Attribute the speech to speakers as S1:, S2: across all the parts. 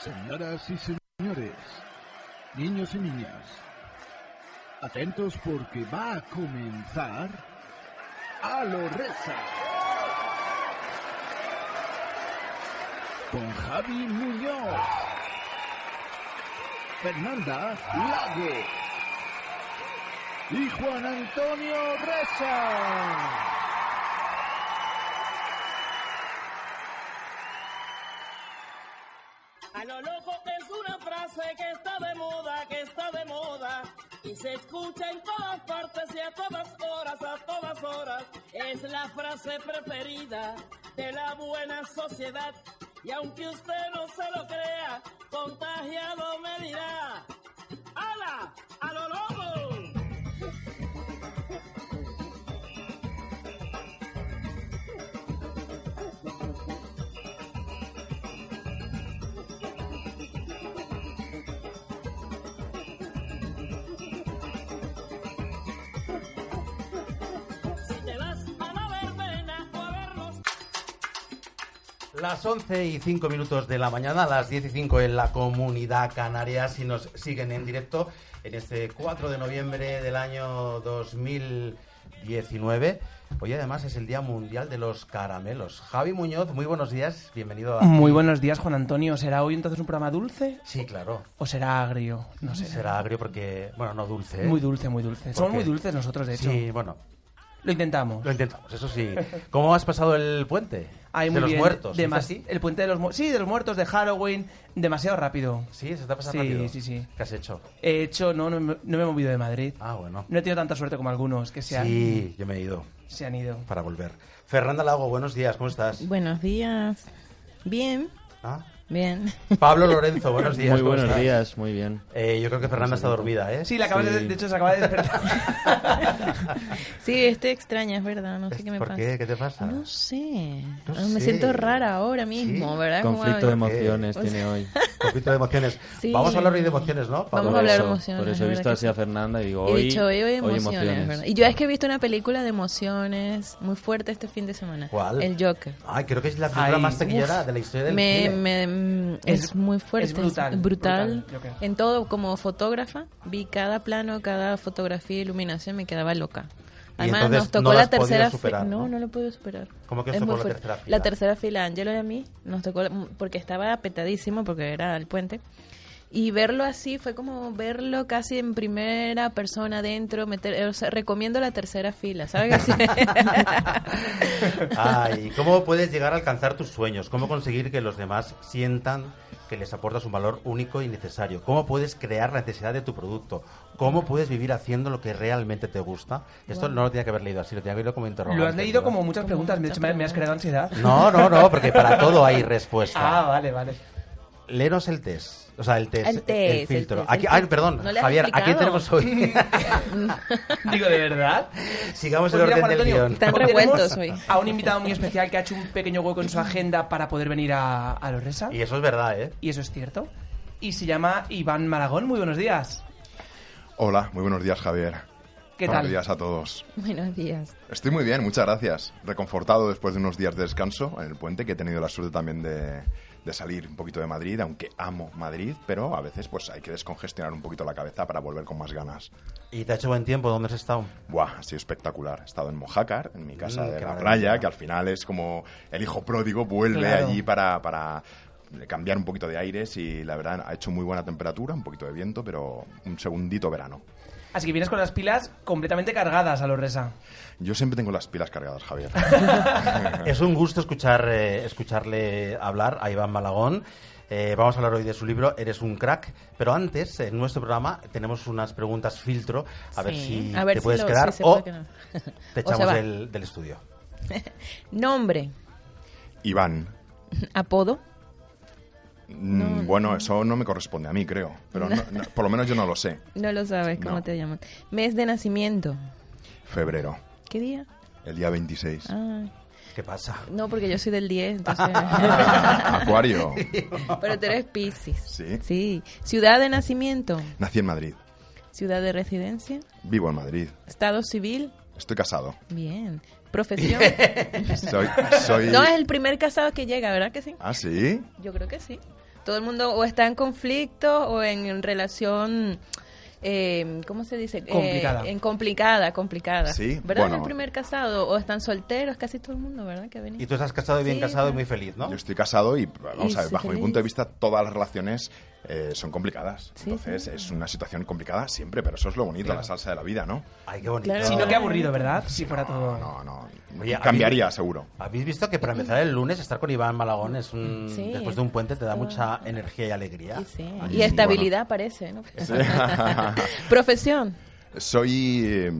S1: Señoras y señores, niños y niñas, atentos porque va a comenzar a lo reza. Con Javi Muñoz, Fernanda Lago y Juan Antonio Reza.
S2: A lo loco es una frase que está de moda, que está de moda. Y se escucha en todas partes y a todas horas, a todas horas. Es la frase preferida de la buena sociedad. Y aunque usted no se lo crea, contagiado me dirá. ¡Hala! ¡A lo loco! Si te vas a la verbena o a vernos
S3: Las 11 y 5 minutos de la mañana, las 15 en la comunidad canaria, si nos siguen en directo en este 4 de noviembre del año 2019. Hoy además es el Día Mundial de los Caramelos. Javi Muñoz, muy buenos días, bienvenido a...
S4: Muy buenos días, Juan Antonio. ¿Será hoy entonces un programa dulce
S3: Sí, claro.
S4: o será agrio? No sé.
S3: Será agrio porque, bueno, no dulce. ¿eh?
S4: Muy dulce, muy dulce. Somos
S3: Porque-
S4: muy dulces nosotros, de hecho.
S3: Sí, bueno,
S4: Lo intentamos.
S3: lo intentamos, eso sí. ¿Cómo has pasado el puente?
S4: Ay,
S3: de
S4: muy
S3: los
S4: bien.
S3: muertos. ¿no
S4: Dema-
S3: es así?
S4: El puente de los muertos. Sí, de los muertos, de Halloween. Demasiado rápido.
S3: Sí, se te ha pasado
S4: Sí,
S3: rápido.
S4: sí, sí.
S3: ¿Qué has hecho?
S4: He hecho, no, no, me- no me he movido de Madrid.
S3: Ah, bueno.
S4: No he tenido tanta suerte como algunos que se han,
S3: Sí, yo me he ido.
S4: se han ido.
S3: para volver. Fernanda Lago, buenos días, ¿cómo estás?
S5: Buenos días. Bien,
S3: Ah,
S5: bien.
S3: Pablo Lorenzo, buenos días.
S6: Muy
S3: ¿cómo
S6: buenos
S3: estás?
S6: días, muy bien.
S3: Eh, yo creo que Fernanda está dormida, ¿eh?
S4: Sí, la acabas de,
S6: Sí.
S4: de hecho se acaba de despertar.
S5: Sí, estoy extraña, es verdad. No sé qué me
S3: ¿Por
S5: pasa.
S3: qué? ¿Qué te pasa?
S5: No sé.
S3: No
S5: Ah, me
S3: sé.
S5: siento rara ahora mismo,
S3: Sí.
S5: ¿verdad? Como
S6: Conflicto de
S5: algo-
S6: emociones
S5: O sea,
S6: tiene hoy.
S3: Un poquito de emociones.
S5: Sí.
S3: Vamos a hablar hoy de emociones, ¿no?
S5: Vamos
S6: Por
S5: a hablar de
S6: eso-
S5: emociones,
S6: Por eso he
S5: es
S6: visto
S5: verdad que
S6: así a Fernanda y digo,
S5: He
S6: hoy,
S5: dicho, hoy, hoy emociones,
S6: emociones.
S5: ¿verdad? Y yo es que he visto una película de emociones muy fuerte este fin de semana.
S3: ¿Cuál?
S5: El Joker.
S3: Ay, creo que es la película
S4: Ay,
S3: más taquillera
S5: uf,
S3: de la historia del
S5: me,
S3: cine.
S5: me- mm, es,
S4: Es-
S5: muy fuerte.
S4: es brutal,
S5: brutal.
S4: brutal, Joker.
S5: en todo, como fotógrafa, vi cada plano, cada fotografía, iluminación, me quedaba loca.
S3: Y
S5: Además,
S3: entonces
S5: nos
S3: no
S5: tocó
S3: la
S5: la
S3: has podido
S5: tercera
S3: superar,
S5: fila. No,
S3: ¿no?
S5: no lo he podido superar.
S3: ¿Cómo que os
S5: Es
S3: tocó
S5: muy
S3: la
S5: fuerte.
S3: tercera fila?
S5: La tercera fila, Angelo y a mí, nos tocó, la- porque estaba apetadísimo, porque era el puente. Y verlo así fue como verlo casi en primera persona adentro. Meter, o sea, recomiendo la tercera fila, ¿sabes?
S3: Ay, ¿cómo puedes llegar a alcanzar tus sueños? ¿Cómo conseguir que los demás sientan que les aportas un valor único y necesario? ¿Cómo puedes crear la necesidad de tu producto? ¿Cómo puedes vivir haciendo lo que realmente te gusta? Esto
S5: Wow.
S3: no lo tenía que haber leído así, lo tenía que haber leído como interrogante.
S4: Lo has leído
S3: ¿no?
S4: como muchas preguntas. Me,
S5: muchas
S4: me- me has creado ansiedad.
S3: No, no, no, porque para todo hay respuesta.
S4: Ah, vale, vale.
S3: Léenos el test. O sea, el test.
S5: El test, el
S3: filtro.
S5: test,
S3: Aquí-
S5: el
S3: ay,
S5: filtro.
S3: perdón,
S5: ¿No le has
S3: Javier, ¿a quién
S5: explicado?
S3: tenemos hoy?
S4: Digo, ¿de verdad?
S3: Sigamos
S4: Pues
S3: el
S4: mira,
S3: orden
S4: Juan
S3: del
S4: Antonio,
S3: guión.
S5: Están
S4: hoy
S5: revueltos
S4: tenemos
S5: hoy.
S4: A un invitado muy especial que ha hecho un pequeño hueco en su agenda para poder venir a, a los Resa.
S3: Y eso es verdad, ¿eh?
S4: Y eso es cierto. Y se llama Iván Malagón. Muy buenos días.
S7: Hola, muy buenos días, Javier.
S4: ¿Qué
S7: buenos
S4: tal?
S7: días a todos.
S5: Buenos días.
S7: Estoy muy bien, muchas gracias. Reconfortado después de unos días de descanso en el puente, que he tenido la suerte también de, de salir un poquito de Madrid, aunque amo Madrid, pero a veces pues hay que descongestionar un poquito la cabeza para volver con más ganas.
S3: ¿Y te ha hecho buen tiempo? ¿Dónde has estado?
S7: Buah, ha sido espectacular. He estado en Mojácar, en mi casa
S3: Mm,
S7: de
S3: qué
S7: la
S3: maravilla.
S7: playa, que al final es como el hijo pródigo vuelve
S4: Claro.
S7: allí para, para cambiar un poquito de aires y la verdad ha hecho muy buena temperatura, un poquito de viento, pero un segundito verano.
S4: Así que vienes con las pilas completamente cargadas a los Resa.
S7: Yo siempre tengo las pilas cargadas, Javier.
S3: Es un gusto escuchar, eh, escucharle hablar a Iván Malagón. Eh, vamos a hablar hoy de su libro Eres un crack, pero antes, en nuestro programa, tenemos unas preguntas filtro, a ver
S5: Sí,
S3: si
S5: a ver
S3: te
S5: si
S3: puedes
S5: lo-
S3: quedar
S5: si se
S3: o
S5: puede quedar.
S3: te
S5: O se
S3: echamos
S5: va.
S3: del, del estudio.
S5: Nombre,
S7: Iván.
S5: apodo.
S7: Mm, Bueno, eso no me corresponde a mí, creo. Pero no- no, por lo menos yo no lo sé.
S5: No lo sabes cómo
S7: No.
S5: te llaman. Mes de nacimiento.
S7: Febrero,
S5: ¿Qué día?
S7: el día 26.
S5: Ah,
S3: ¿Qué pasa?
S5: no, porque yo soy del 10, entonces.
S7: Acuario.
S5: Pero tú eres Piscis.
S7: Sí.
S5: Sí. Ciudad de nacimiento,
S7: Nací en Madrid.
S5: ciudad de residencia,
S7: Vivo en Madrid.
S5: estado civil.
S7: Estoy casado.
S5: Bien. Profesión.
S7: Soy. soy...
S5: No es el primer casado que llega, ¿verdad que sí?
S7: Ah, sí.
S5: Yo creo que sí. Todo el mundo o está en conflicto o en relación... eh, ¿Cómo se dice? Eh,
S4: Complicada.
S5: en complicada, complicada.
S7: Sí,
S5: ¿Verdad?
S7: bueno.
S5: Es el primer casado. O están solteros, casi todo el mundo, ¿verdad? Que ha venido.
S3: Y tú estás casado y bien
S5: Sí,
S3: casado y
S5: claro.
S3: muy feliz, ¿no?
S7: Yo estoy casado y, vamos
S5: Y
S7: a ver,
S5: sí,
S7: bajo mi
S5: feliz.
S7: punto de vista, todas las relaciones eh, son complicadas.
S5: Sí,
S7: Entonces,
S5: sí.
S7: es una situación complicada siempre, pero eso es lo bonito, la salsa de la vida, ¿no?
S3: Ay, qué bonito.
S5: Claro.
S4: Si no,
S5: No.
S4: qué aburrido, ¿verdad? Si fuera todo...
S7: No, no.
S3: Oye, a mí-
S7: cambiaría, seguro.
S3: ¿Habéis visto que para empezar el lunes estar con Iván Malagón es un,
S5: Sí,
S3: después de un puente te da
S5: todo.
S3: mucha energía y alegría?
S5: Y, sí.
S7: Ay,
S5: Y
S7: sí,
S5: estabilidad parece, ¿no? Profesión.
S7: Soy. eh,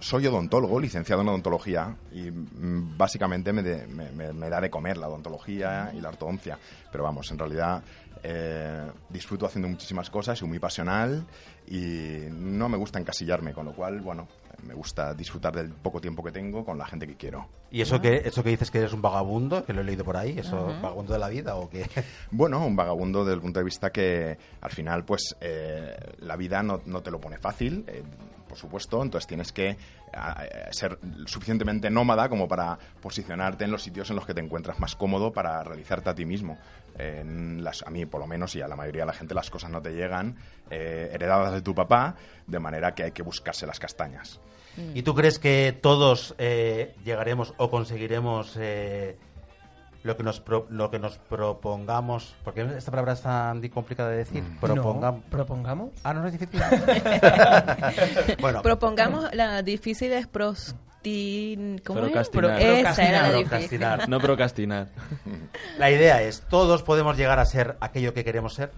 S7: Soy odontólogo, licenciado en odontología, y mm, básicamente me, de- me- me- me da de comer la odontología y la ortodoncia. Pero vamos, en realidad eh, disfruto haciendo muchísimas cosas, soy muy pasional y no me gusta encasillarme, con lo cual, bueno, me gusta disfrutar del poco tiempo que tengo con la gente que quiero.
S3: Y eso que eso que dices que eres un vagabundo, que lo he leído por ahí, eso vagabundo de la vida o qué?
S7: Bueno, un vagabundo desde el punto de vista que al final, pues, eh, la vida no, no te lo pone fácil, eh, por supuesto, entonces tienes que a- eh, ser suficientemente nómada como para posicionarte en los sitios en los que te encuentras más cómodo para realizarte a ti mismo. En las- a mí, por lo menos, y a la mayoría de la gente, las cosas no te llegan eh, heredadas de tu papá, de manera que hay que buscarse las castañas.
S3: ¿Y tú crees que todos eh, llegaremos o conseguiremos eh, lo que nos pro- lo que nos propongamos? Porque esta palabra es tan di- complicada de decir.
S5: Mm.
S3: Propongam-
S4: No, propongamos.
S3: Ah, no, no es difícil. bueno,
S5: Propongamos la difícil es prostin... ¿Cómo es?
S6: Procrastinar.
S5: Esa era la difícil.
S3: procrastinar.
S6: No procrastinar.
S3: La idea es, todos podemos llegar a ser aquello que queremos ser.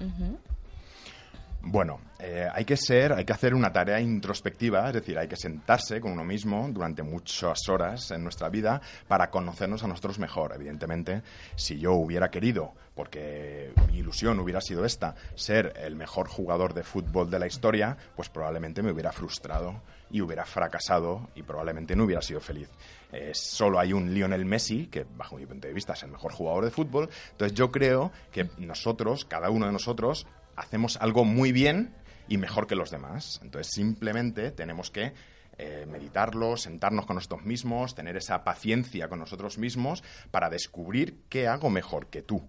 S7: Bueno, eh, hay que ser, hay que hacer una tarea introspectiva, es decir, hay que sentarse con uno mismo durante muchas horas en nuestra vida para conocernos a nosotros mejor. Evidentemente, si yo hubiera querido, porque mi ilusión hubiera sido esta, ser el mejor jugador de fútbol de la historia, pues probablemente me hubiera frustrado y hubiera fracasado y probablemente no hubiera sido feliz. Eh, solo hay un Lionel Messi, que bajo mi punto de vista es el mejor jugador de fútbol, entonces yo creo que nosotros, cada uno de nosotros, hacemos algo muy bien y mejor que los demás. Entonces simplemente tenemos que eh, meditarlo, sentarnos con nosotros mismos, tener esa paciencia con nosotros mismos para descubrir qué hago mejor que tú,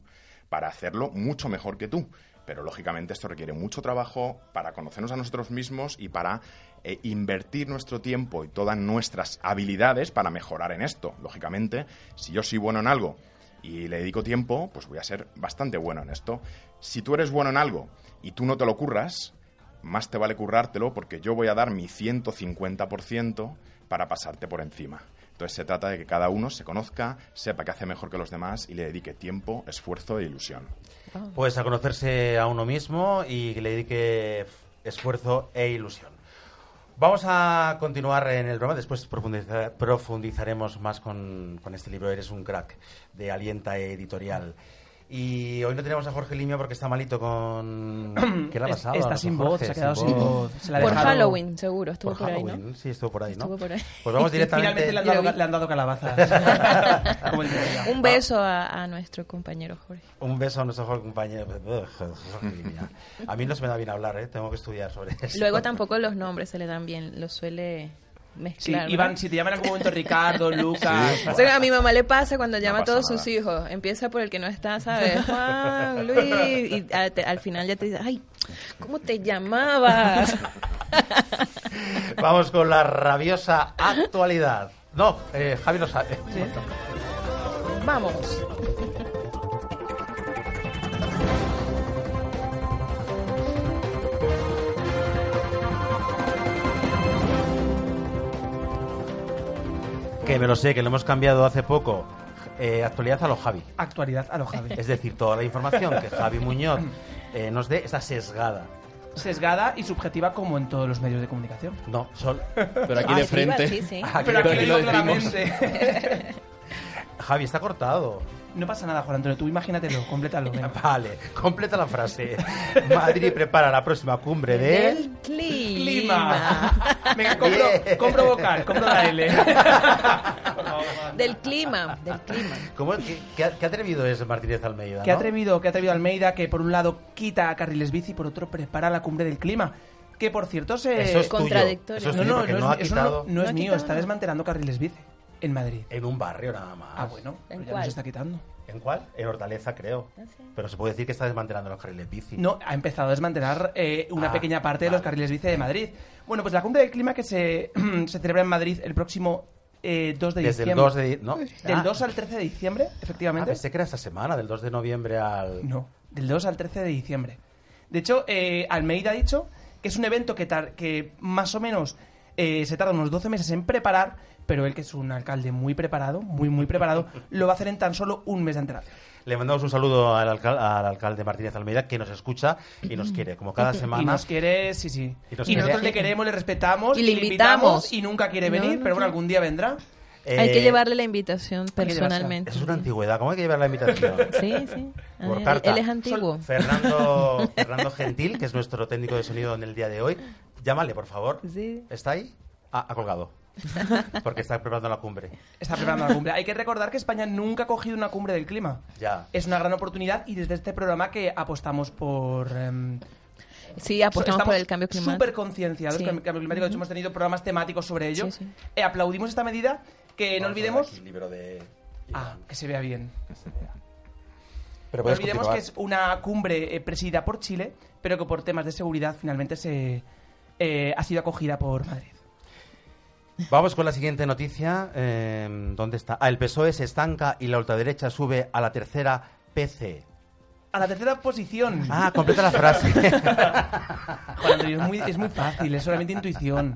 S7: para hacerlo mucho mejor que tú. Pero lógicamente esto requiere mucho trabajo para conocernos a nosotros mismos y para eh, invertir nuestro tiempo y todas nuestras habilidades para mejorar en esto. Lógicamente, si yo soy bueno en algo y le dedico tiempo, pues voy a ser bastante bueno en esto. Si tú eres bueno en algo y tú no te lo curras, más te vale currártelo porque yo voy a dar mi 150% para pasarte por encima. Entonces se trata de que cada uno se conozca, sepa que hace mejor que los demás y le dedique tiempo, esfuerzo e ilusión.
S3: Pues a conocerse a uno mismo y que le dedique f- esfuerzo e ilusión. Vamos a continuar en el programa, después profundiza- profundizaremos más con, con este libro Eres un crack, de Alienta Editorial. Y hoy no tenemos a Jorge Limio porque está malito con... ¿Qué le ha
S4: Es-
S3: pasado?
S4: Está
S3: Jorge?
S4: sin voz, se ha quedado sin voz. Se la ha
S5: Por
S4: dejado-
S5: Halloween, seguro, estuvo
S3: Por
S5: por, ahí,
S3: Halloween,
S5: ¿no?
S3: sí, estuvo por ahí, ¿no?
S5: Estuvo por ahí.
S3: Pues vamos directamente...
S4: Finalmente le han
S5: Y lo
S4: dado,
S5: vi.
S4: le han dado calabazas. Como el día.
S5: Un beso a, a nuestro compañero Jorge.
S3: Un beso a nuestro compañero. A mí no se me da bien hablar, ¿eh? tengo que estudiar sobre eso.
S5: Luego tampoco los nombres se le dan bien, los suele
S4: Sí,
S5: mezclar.
S4: Iván,
S5: ¿verdad?
S4: si te llaman en algún momento Ricardo, Lucas...
S5: O sea, a mi mamá le pasa cuando llama a
S7: pasa
S5: todos
S7: nada.
S5: sus hijos. Empieza por el que no está, ¿sabes? Juan, Luis. Y a- te- al final ya te dice, ay, ¿cómo te llamabas?
S3: Vamos con la rabiosa actualidad. No, eh, Javi no sabe.
S5: Vamos.
S3: Que me lo sé, que lo hemos cambiado hace poco. Eh, actualidad a lo Javi.
S4: Actualidad a lo Javi.
S3: Es decir, toda la información que Javi Muñoz eh, nos dé está sesgada.
S4: Sesgada y subjetiva como en todos los medios de comunicación.
S3: No, sol.
S6: Pero aquí
S5: Ah,
S6: de
S5: sí,
S6: frente.
S5: va, sí, sí.
S3: Aquí
S4: Pero aquí lo
S6: pero aquí
S4: digo
S6: lo decimos.
S4: claramente.
S3: Javi está cortado.
S4: No pasa nada, Juan Antonio, tú imagínatelo, complétalo. venga.
S3: Vale, completa la frase. Madrid prepara la próxima cumbre de...
S5: Del clima.
S4: Clima. Venga, compro,
S3: Bien.
S4: compro vocal, compro la L.
S5: Del clima. Del clima.
S3: ¿Cómo, qué, qué- qué atrevido es Martínez Almeida?
S4: Que ha
S3: no?
S4: atrevido, que ha atrevido Almeida, que por un lado quita a carriles bici y por otro prepara la cumbre del clima. Que por cierto se...
S3: Eso es
S5: contradictorio.
S3: tuyo. Eso es
S4: no,
S3: tuyo,
S4: no,
S3: porque
S4: no,
S3: no ha
S4: es, eso no-
S3: quitado
S4: no es
S5: No ha
S4: mío,
S5: quitado
S4: está
S5: nada.
S4: desmantelando carriles bici en Madrid.
S3: en un barrio nada más.
S4: Ah, bueno,
S5: ¿En
S4: pero ya no
S5: cuál?
S4: se está quitando.
S3: ¿En cuál? En Hortaleza, creo.
S4: Ah,
S3: Pero se puede decir que está desmantelando los carriles bici.
S4: No, ha empezado a desmantelar eh, una
S3: Ah,
S4: pequeña parte de
S3: vale.
S4: los carriles bici de Madrid. Bueno, pues la cumbre del clima que se, se celebra en Madrid el próximo eh, 2 de
S3: Desde el
S4: diciembre.
S3: 2 de... ¿no?
S4: Del
S3: Ah,
S4: 2 al 13 de diciembre,
S3: ah,
S4: efectivamente.
S3: pensé que era esta semana, del 2 de noviembre al...
S4: No, del 2 al 13 de diciembre. De hecho, eh, Almeida ha dicho que es un evento que, tar- que más o menos eh, se tarda unos 12 meses en preparar, pero él, que es un alcalde muy preparado, muy, muy preparado, lo va a hacer en tan solo un mes de antelación.
S3: Le mandamos un saludo al, alcal- al alcalde Martínez Almeida, que nos escucha y nos quiere, como cada semana.
S4: Y nos quiere, sí, sí.
S3: Y nos
S4: Y, nosotros
S3: quiere.
S4: le queremos, le respetamos,
S5: Y le invitamos.
S4: y nunca quiere
S5: No,
S4: venir,
S5: no
S4: pero bueno,
S5: quiere.
S4: algún día vendrá.
S3: Eh,
S5: Hay que llevarle la invitación
S4: que llevársela.
S5: personalmente.
S3: Eso es una antigüedad, ¿cómo hay que llevar la invitación?
S5: Sí, sí.
S3: Por
S5: Él-
S3: carta.
S5: Él es antiguo.
S3: Fernando, Fernando Gentil, que es nuestro técnico de sonido en el día de hoy, llámale, por favor.
S5: Sí.
S3: ¿Está ahí? Ah, ha colgado. Porque está preparando la cumbre.
S4: Está preparando la cumbre. Hay que recordar que España nunca ha cogido una cumbre del clima.
S3: Ya.
S4: Es una gran oportunidad y desde este programa que apostamos por... em,
S5: Sí, apostamos por el cambio climático.
S4: Súper concienciados
S5: Sí.
S4: con el cambio climático. De hecho, hemos tenido programas temáticos sobre ello.
S5: Sí, sí.
S4: Eh, aplaudimos esta medida que no
S3: Vamos a ver
S4: olvidemos...
S3: aquí el libro de...
S4: Ah, que se vea bien.
S3: Pero
S4: No
S3: puedes
S4: olvidemos
S3: continuar.
S4: que es una cumbre eh, presidida por Chile, pero que por temas de seguridad finalmente se eh, ha sido acogida por Madrid.
S3: Vamos con la siguiente noticia. Eh, ¿Dónde está? Ah, el PSOE se estanca y la ultraderecha sube a la tercera PC.
S4: A la tercera posición.
S3: Ah, completa la frase.
S4: Juan Antonio, es muy, es muy fácil, es solamente intuición.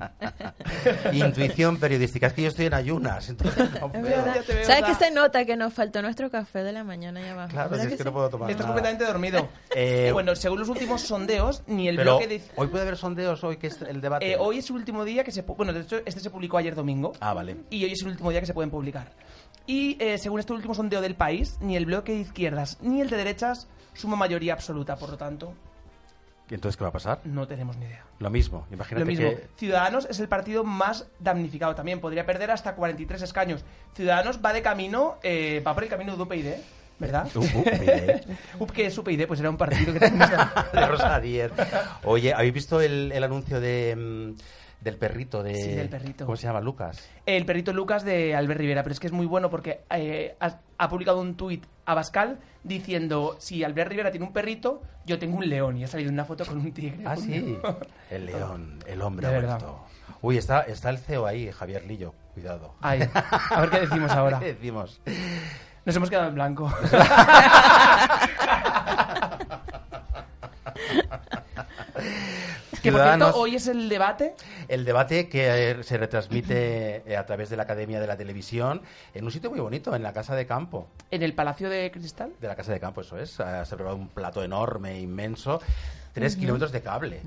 S3: Intuición periodística. Es que yo estoy en ayunas, entonces no
S5: Es
S3: puedo.
S5: verdad.
S4: Ya te veo,
S5: ¿Sabes
S4: ya.
S5: que se nota que nos faltó nuestro café de la mañana allá abajo?
S3: Claro,
S5: ¿Verdad
S3: si es que
S5: sí?
S3: no puedo tomar
S4: Estás
S3: nada.
S4: completamente dormido.
S3: Eh,
S4: bueno, según los últimos sondeos, ni el
S3: Pero
S4: bloque de...
S3: hoy puede haber sondeos, hoy que es el debate.
S4: Eh, hoy es su último día que se... pu- Bueno, de hecho, este se publicó ayer domingo.
S3: Ah, vale.
S4: y hoy es el último día que se pueden publicar. Y eh, según este último sondeo del país, ni el bloque de izquierdas ni el de derechas suma mayoría absoluta, por lo tanto,
S3: ¿Y entonces qué va a pasar?
S4: no tenemos ni idea.
S3: Lo mismo. Imagínate
S4: lo mismo,
S3: que
S4: Ciudadanos es el partido más damnificado también, podría perder hasta 43 escaños. Ciudadanos va de camino, eh, va por el camino de UPyD, ¿verdad?
S3: Uh, uh, mire,
S4: UP, que es UPyD? Pues era un partido que tenía...
S3: de Rosa Díez. Oye, ¿habéis visto el, el anuncio de, mm, del perrito? De,
S4: Sí, del perrito.
S3: ¿Cómo se llama? Lucas.
S4: El perrito Lucas de Albert Rivera, pero es que es muy bueno porque eh, ha, ha publicado un tuit a Bascal diciendo, si Albert Rivera tiene un perrito, yo tengo un león. Y ha salido una foto con un tigre.
S3: Ah, sí. El león, el hombre
S4: De
S3: ha
S4: verdad.
S3: vuelto. Uy, está, está el CEO ahí, Javier Lillo. Cuidado.
S4: Ay, a ver qué decimos Ah, pues ahora.
S3: ¿Qué decimos?
S4: Nos hemos quedado en blanco. que por
S3: Ciudadanos-
S4: cierto, hoy es el debate.
S3: El debate que eh, se retransmite eh, a través de la Academia de la Televisión en un sitio muy bonito, en la Casa de Campo.
S4: En el Palacio de Cristal.
S3: De la Casa de Campo, eso es. Ah, Se ha preparado un plato enorme, inmenso. Tres kilómetros de cable.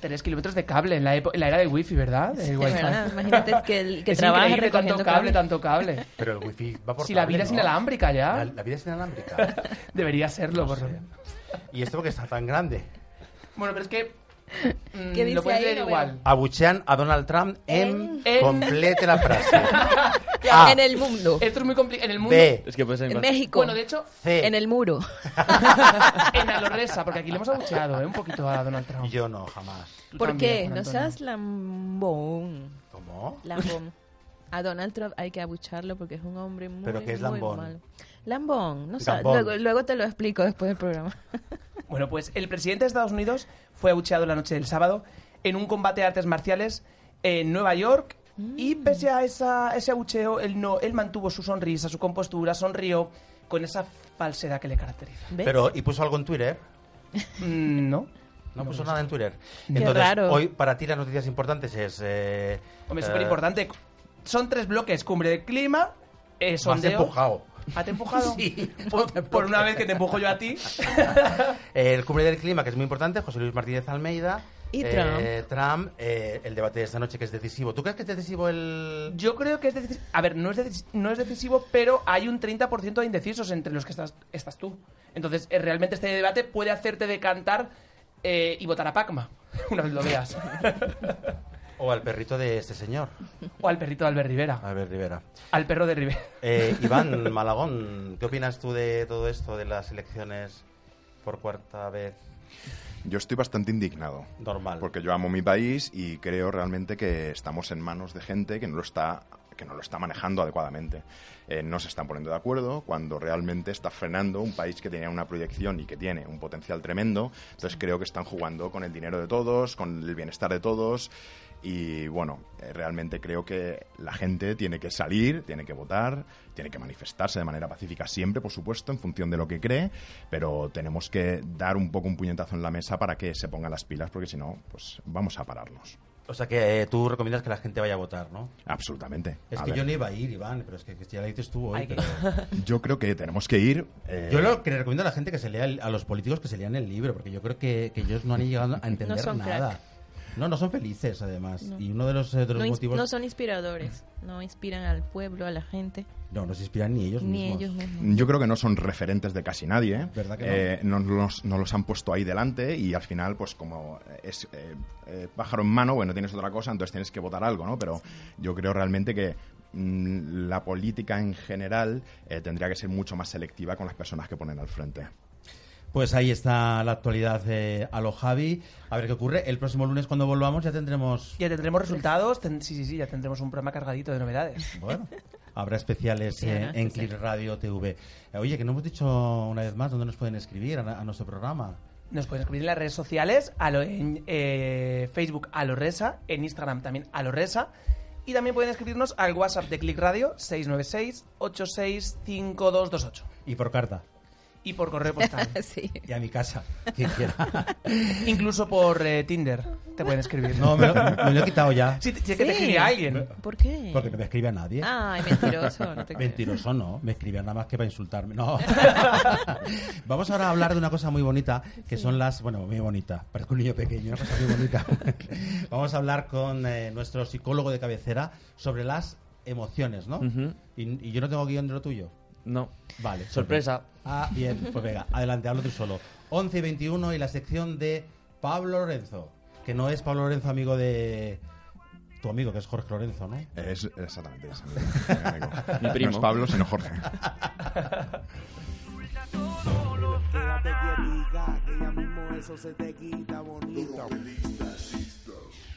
S4: Tres kilómetros de cable en la, epo- en la era del wifi, ¿verdad? Del
S5: Es
S4: wifi.
S5: verdad, Imagínate que, el, que
S4: Es
S5: trabaja
S4: increíble,
S5: recogiendo
S4: tanto cable, tanto cable.
S3: Pero el wifi va por
S4: Si la
S3: cable,
S4: vida es
S3: ¿no?
S4: inalámbrica
S3: La,
S4: ya,
S3: la vida es inalámbrica.
S4: debería serlo,
S3: No
S4: por
S3: sé.
S4: lo menos.
S3: Y esto porque está tan grande.
S4: Bueno, pero es que. mm,
S5: ¿Qué dice
S4: lo puedes
S5: ahí?
S4: leer
S5: No
S4: igual.
S3: Abuchean a Donald Trump en...
S4: En-
S3: Complete la frase.
S5: Ah,
S3: A,
S5: En el mundo.
S4: Esto es muy complicado. En el mundo.
S3: B,
S6: Es que puede ser
S5: En
S6: más-
S5: México.
S4: Bueno, de hecho,
S3: C.
S5: En el muro.
S4: en Alorresa, porque aquí le hemos abucheado ¿eh? un poquito a Donald Trump.
S3: Yo no, jamás.
S4: Tú
S5: ¿Por
S4: también,
S5: qué?
S4: Juan
S5: No
S4: Antonio.
S5: seas lambón.
S3: ¿Cómo?
S5: Lambón. A Donald Trump hay que abucharlo porque es un hombre muy,
S3: ¿Pero qué es
S5: muy
S3: lambón?
S5: malo. Lambón, no sé.
S3: Gambón.
S5: Luego, luego te lo explico después del programa.
S4: Bueno, pues el presidente de Estados Unidos fue abucheado la noche del sábado en un combate de artes marciales en Nueva York. Y pese a esa- ese abucheo, él, no, él mantuvo su sonrisa, su compostura, sonrió con esa falsedad que le caracteriza.
S5: ¿Ves?
S3: Pero, ¿y puso algo en Twitter?
S4: Mm, ¿No?
S3: No
S4: No
S3: puso
S4: lo
S3: nada en Twitter.
S5: Qué
S3: Entonces,
S5: raro.
S3: hoy para ti las noticias importantes es... Eh,
S4: Hombre,
S3: eh,
S4: súper importante. Son tres bloques: cumbre del clima, eh,
S3: me has
S4: sondeo.
S3: empujado.
S4: ¿Ah, te he empujado?
S3: Sí.
S4: Por, por una vez que te empujo yo a ti.
S3: El cumbre del clima, que es muy importante, José Luis Martínez Almeida.
S5: Y
S3: eh, Trump, eh, el debate de esta noche que es decisivo. ¿Tú crees que es decisivo el...?
S4: Yo creo que es decisivo. A ver, no es, decis- no es decisivo, pero hay un 30% de indecisos entre los que estás, estás tú. Entonces, eh, realmente este debate puede hacerte decantar eh, y votar a Pacma, una vez lo veas.
S3: O al perrito de este señor,
S4: o al perrito de Albert Rivera.
S3: Albert Rivera.
S4: Al perro de Rivera.
S3: Eh, Iván Malagón, ¿qué opinas tú de todo esto de las elecciones por cuarta vez
S7: Yo estoy bastante indignado.
S3: normal?
S7: Porque yo amo mi país y creo realmente que estamos en manos de gente que no lo está que no lo está manejando adecuadamente. Eh, no se están poniendo de acuerdo cuando realmente está frenando un país que tenía una proyección y que tiene un potencial tremendo. Entonces creo que están jugando con el dinero de todos, con el bienestar de todos. Y bueno, eh, realmente creo que la gente tiene que salir, tiene que votar, tiene que manifestarse de manera pacífica siempre, por supuesto, en función de lo que cree, pero tenemos que dar un poco un puñetazo en la mesa para que se pongan las pilas, porque si no, pues vamos a pararnos.
S3: O sea que eh, tú recomiendas que la gente vaya a votar, ¿no?
S7: Absolutamente.
S3: Es
S7: A
S3: que
S7: ver,
S3: yo no iba a ir, Iván, pero es que, que ya lo dices tú hoy.
S4: Hay que-
S3: pero-
S7: yo creo que tenemos que ir. eh,
S3: Yo lo que le recomiendo a la gente que se lea, el- a los políticos que se lean el libro, porque yo creo que, que ellos no han llegado a entender
S5: No son
S3: nada.
S5: crack.
S3: No, no son felices, además.
S5: No.
S3: Y uno de los, eh, de los
S5: No, ins-
S3: motivos.
S5: no son inspiradores, no inspiran al pueblo, a la gente,
S3: No, no se inspiran ni ellos
S5: ni
S3: mismos.
S5: ellos mismos.
S7: Yo creo que no son referentes de casi nadie. ¿eh?
S3: ¿Verdad que
S7: Eh, no? los, no los han puesto ahí delante y al final, pues como es eh, eh, pájaro en mano, bueno, tienes otra cosa, entonces tienes que votar algo, ¿no? Pero yo creo realmente que mm, la política en general eh, tendría que ser mucho más selectiva con las personas que ponen al frente.
S3: Pues ahí está la actualidad de Alo Javi. A ver qué ocurre. El próximo lunes, cuando volvamos, ya tendremos.
S4: Ya tendremos resultados, ten- sí, sí, sí, ya tendremos un programa cargadito de novedades.
S3: Bueno, habrá especiales
S5: Sí, habrá
S3: eh, en
S5: especiales.
S3: Click Radio TV. Eh, Oye, que no hemos dicho una vez más dónde nos pueden escribir a, a nuestro programa.
S4: Nos pueden escribir en las redes sociales, a lo- en eh, Facebook Alorresa, en Instagram también Alorresa. Y también pueden escribirnos al WhatsApp de Click Radio 696-865228.
S3: Y por carta.
S4: Y por correo postal.
S5: Ah, Sí.
S3: Y a mi casa. Quien quiera.
S4: Incluso por eh, Tinder te pueden escribir.
S3: No, me lo, me lo he quitado ya.
S4: Si, si es que te
S5: Sí. Ah,
S4: escribe a alguien.
S5: ¿Por qué?
S3: Porque no me escribe a nadie.
S5: Ay, mentiroso. no te creo.
S3: Mentiroso no, me escribían nada más que para insultarme. No. Vamos ahora a hablar de una cosa muy bonita, que son las, bueno, muy bonita, parezco un niño pequeño, una cosa muy bonita. Vamos a hablar con eh, nuestro psicólogo de cabecera sobre las emociones, ¿no?
S6: Ujú.
S3: y, y yo no tengo guión de lo tuyo.
S6: No.
S3: Vale.
S6: Sorpresa.
S3: Ah, bien, pues venga, adelante, hablo tú solo. 11 y 21 y la sección de Pablo Lorenzo, que no es Pablo Lorenzo amigo de tu amigo, que es Jorge Lorenzo, ¿no?
S7: Es exactamente eso.
S6: Mi
S7: No es
S6: primo.
S7: Pablo, sino Jorge.
S8: Quédate quietica, que ya mismo eso se te quita bonito.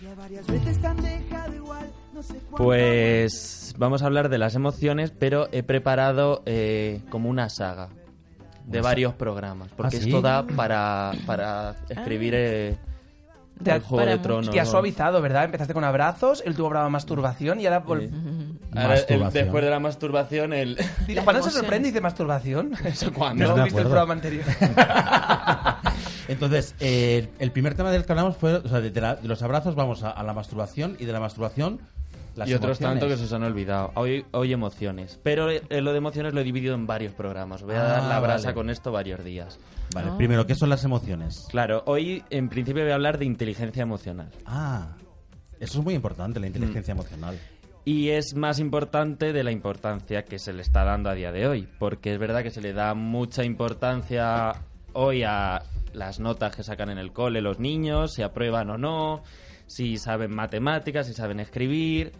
S8: Ya varias veces te han dejado igual, no sé cuánto.
S6: Pues vamos a hablar de las emociones, pero he preparado eh, como una saga de varios programas, porque
S3: ¿Ah, sí?
S6: esto da para, para escribir eh,
S4: Te ha-
S6: el Juego
S5: Ah. para
S6: de
S5: mucho.
S6: Tronos.
S4: Te ha suavizado, ¿verdad? Empezaste con abrazos, el tuvo brava masturbación y ahora...
S6: Eh,
S4: vol-
S6: ahora, el-
S3: Masturbación.
S6: después de la masturbación, el...
S4: Dice,
S5: Las
S4: Juan se
S5: emociones.
S4: sorprende y dice masturbación.
S6: ¿Cuándo?
S4: No
S3: me
S4: he visto el
S3: acuerdo.
S4: programa anterior.
S3: Entonces, eh, el primer tema del que hablamos fue, o sea, de, de la- de los abrazos vamos a, a la masturbación y de la masturbación las
S6: y otros
S3: emociones.
S6: tanto que se os han olvidado. Hoy, hoy emociones. Pero eh, lo de emociones lo he dividido en varios programas. Voy a
S3: Ah,
S6: dar la brasa
S3: vale.
S6: con esto varios días.
S3: Vale,
S6: Ah.
S3: primero, ¿qué son las emociones?
S6: Claro, hoy en principio voy a hablar de inteligencia emocional.
S3: Ah, eso es muy importante, la inteligencia emocional.
S6: Mm. Y es más importante de la importancia que se le está dando a día de hoy, porque es verdad que se le da mucha importancia hoy a las notas que sacan en el cole los niños, si aprueban o no, si saben matemáticas, si saben escribir,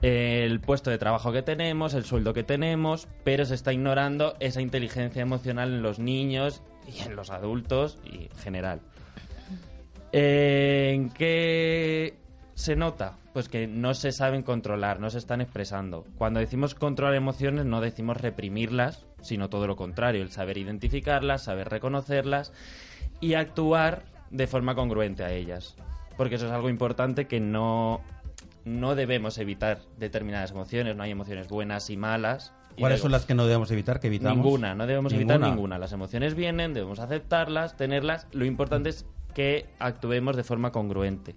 S6: el puesto de trabajo que tenemos, el sueldo que tenemos, pero se está ignorando esa inteligencia emocional en los niños y en los adultos y en general. ¿En qué se nota? Pues que no se saben controlar, no se están expresando. Cuando decimos controlar emociones, no decimos reprimirlas, sino todo lo contrario, el saber identificarlas, saber reconocerlas y actuar de forma congruente a ellas. Porque eso es algo importante que no, no debemos evitar determinadas emociones, no hay emociones buenas y malas. Y
S3: ¿Cuáles
S6: debemos-
S3: son las que no debemos evitar? Que evitamos?
S6: Ninguna, no debemos evitar ninguna. Las emociones vienen, debemos aceptarlas, tenerlas. Lo importante es que actuemos de forma congruente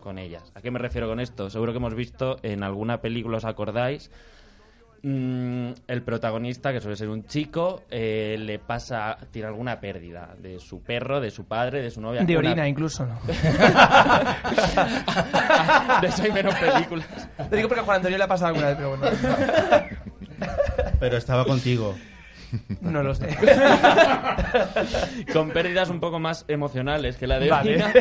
S6: con ellas. ¿A qué me refiero con esto? Seguro que hemos visto en alguna película, os acordáis, mm, el protagonista, que suele ser un chico, eh, le pasa, tiene alguna pérdida de su perro, de su padre, de su novia.
S4: De
S6: una-
S4: orina ¿eh? incluso, ¿no?
S6: de eso hay menos películas.
S4: Lo digo porque a Juan Antonio le ha pasado alguna vez, pero bueno.
S3: Pero estaba contigo.
S4: No lo sé.
S6: con pérdidas un poco más emocionales que la de
S4: Vale.
S6: orina,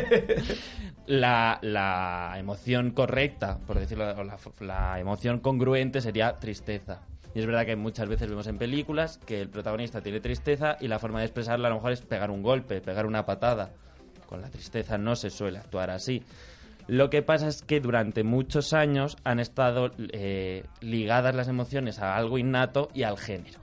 S6: la, la emoción correcta, por decirlo, o la, la emoción congruente sería tristeza. Y es verdad que muchas veces vemos en películas que el protagonista tiene tristeza y la forma de expresarla a lo mejor es pegar un golpe, pegar una patada. Con la tristeza no se suele actuar así. Lo que pasa es que durante muchos años han estado eh, ligadas las emociones a algo innato y al género.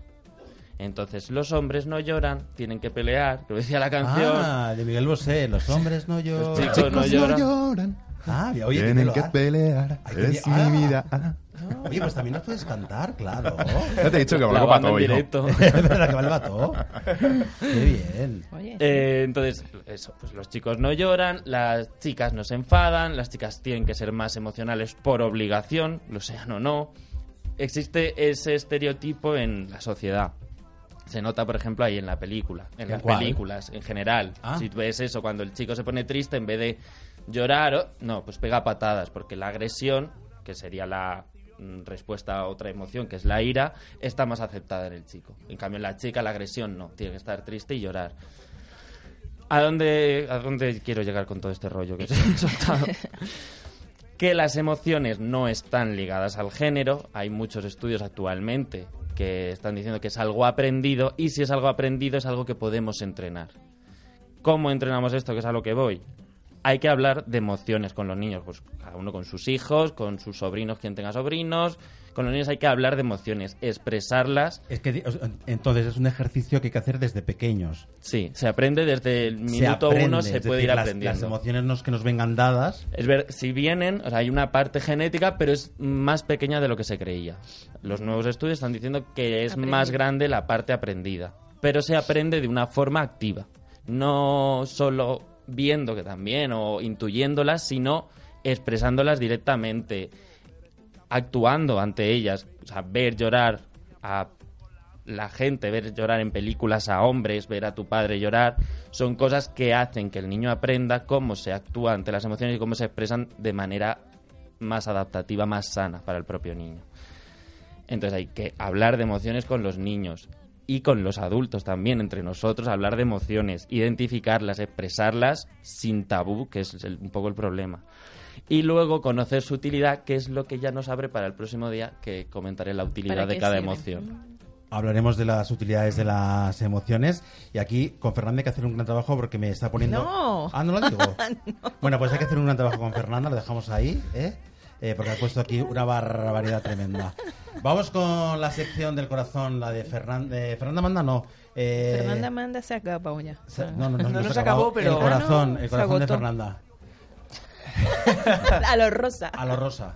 S6: Entonces, los hombres no lloran, tienen que pelear, lo decía la canción.
S3: Ah, de Miguel Bosé, los hombres no lloran.
S6: Los chicos Pues no lloran.
S3: Ah, bien, oye,
S7: Tienen
S3: lo
S7: que
S3: ha-
S7: pelear.
S3: Ay, qué
S7: Es
S3: bien. Ah.
S7: mi vida. Ah.
S3: Oye, pues también nos puedes cantar, claro.
S7: Ya te he dicho que
S6: La
S7: valgo para
S6: banda en
S7: todo, hijo.
S6: directo.
S3: Es verdad que vale para todo. Qué bien.
S5: Oye,
S6: Eh, entonces, eso, pues los chicos no lloran, las chicas no se enfadan, las chicas tienen que ser más emocionales por obligación, lo sean o no. Existe ese estereotipo en la sociedad. Se nota, por ejemplo, ahí en la película, en las
S3: cuál?
S6: películas en general.
S3: Ah.
S6: Si tú ves eso, cuando el chico se pone triste, en vez de llorar, o- no, pues pega patadas, porque la agresión, que sería la mm, respuesta a otra emoción, que es la ira, está más aceptada en el chico. En cambio, en la chica la agresión no, tiene que estar triste y llorar. ¿A dónde, ¿A dónde quiero llegar con todo este rollo que se ha soltado? que las emociones no están ligadas al género. Hay muchos estudios actualmente que están diciendo que es algo aprendido y si es algo aprendido es algo que podemos entrenar. ¿Cómo entrenamos esto? Que es a lo que voy. Hay que hablar de emociones con los niños, pues cada uno con sus hijos, con sus sobrinos, quien tenga sobrinos. Con los niños hay que hablar de emociones, expresarlas.
S3: Es que di- os- entonces es un ejercicio que hay que hacer desde pequeños.
S6: Sí, se aprende desde el
S3: Se
S6: minuto
S3: aprende,
S6: uno,
S3: es
S6: se
S3: decir,
S6: puede ir
S3: las-
S6: aprendiendo.
S3: Las emociones no es que nos vengan dadas.
S6: Es ver, si vienen, o sea, hay una parte genética, pero es más pequeña de lo que se creía. Los nuevos estudios están diciendo que es
S5: Aprendida.
S6: más grande la parte aprendida, pero se aprende de una forma activa, no solo viendo que también o intuyéndolas, sino expresándolas directamente, actuando ante ellas, o sea, ver llorar a la gente, ver llorar en películas a hombres, ver a tu padre llorar, son cosas que hacen que el niño aprenda cómo se actúa ante las emociones y cómo se expresan de manera más adaptativa, más sana para el propio niño. Entonces hay que hablar de emociones con los niños y con los adultos también, entre nosotros, hablar de emociones, identificarlas, expresarlas sin tabú, que es el- un poco el problema. Y luego conocer su utilidad, que es lo que ya nos abre para el próximo día, que comentaré la
S5: ¿para
S6: utilidad de
S5: qué
S6: cada
S5: sirve?
S6: emoción.
S3: Hablaremos de las utilidades de las emociones. Y aquí con Fernanda hay que hacer un gran trabajo porque me está poniendo.
S5: No.
S3: Ah, no lo digo. Bueno, pues hay que hacer un gran trabajo con Fernanda, lo dejamos ahí, ¿eh? Eh, porque ha puesto aquí una barbaridad tremenda. Vamos con la sección del corazón, la de Fernanda. Fernanda Manda, no. Eh,
S5: Fernanda Manda se acabó ya.
S3: se- No, no, no,
S4: No, no
S3: se
S4: se acabó, pero-
S3: El corazón,
S5: Ah, no,
S3: el
S5: se
S3: corazón de
S5: agotó.
S3: Fernanda.
S5: A lo rosa.
S3: A lo rosa.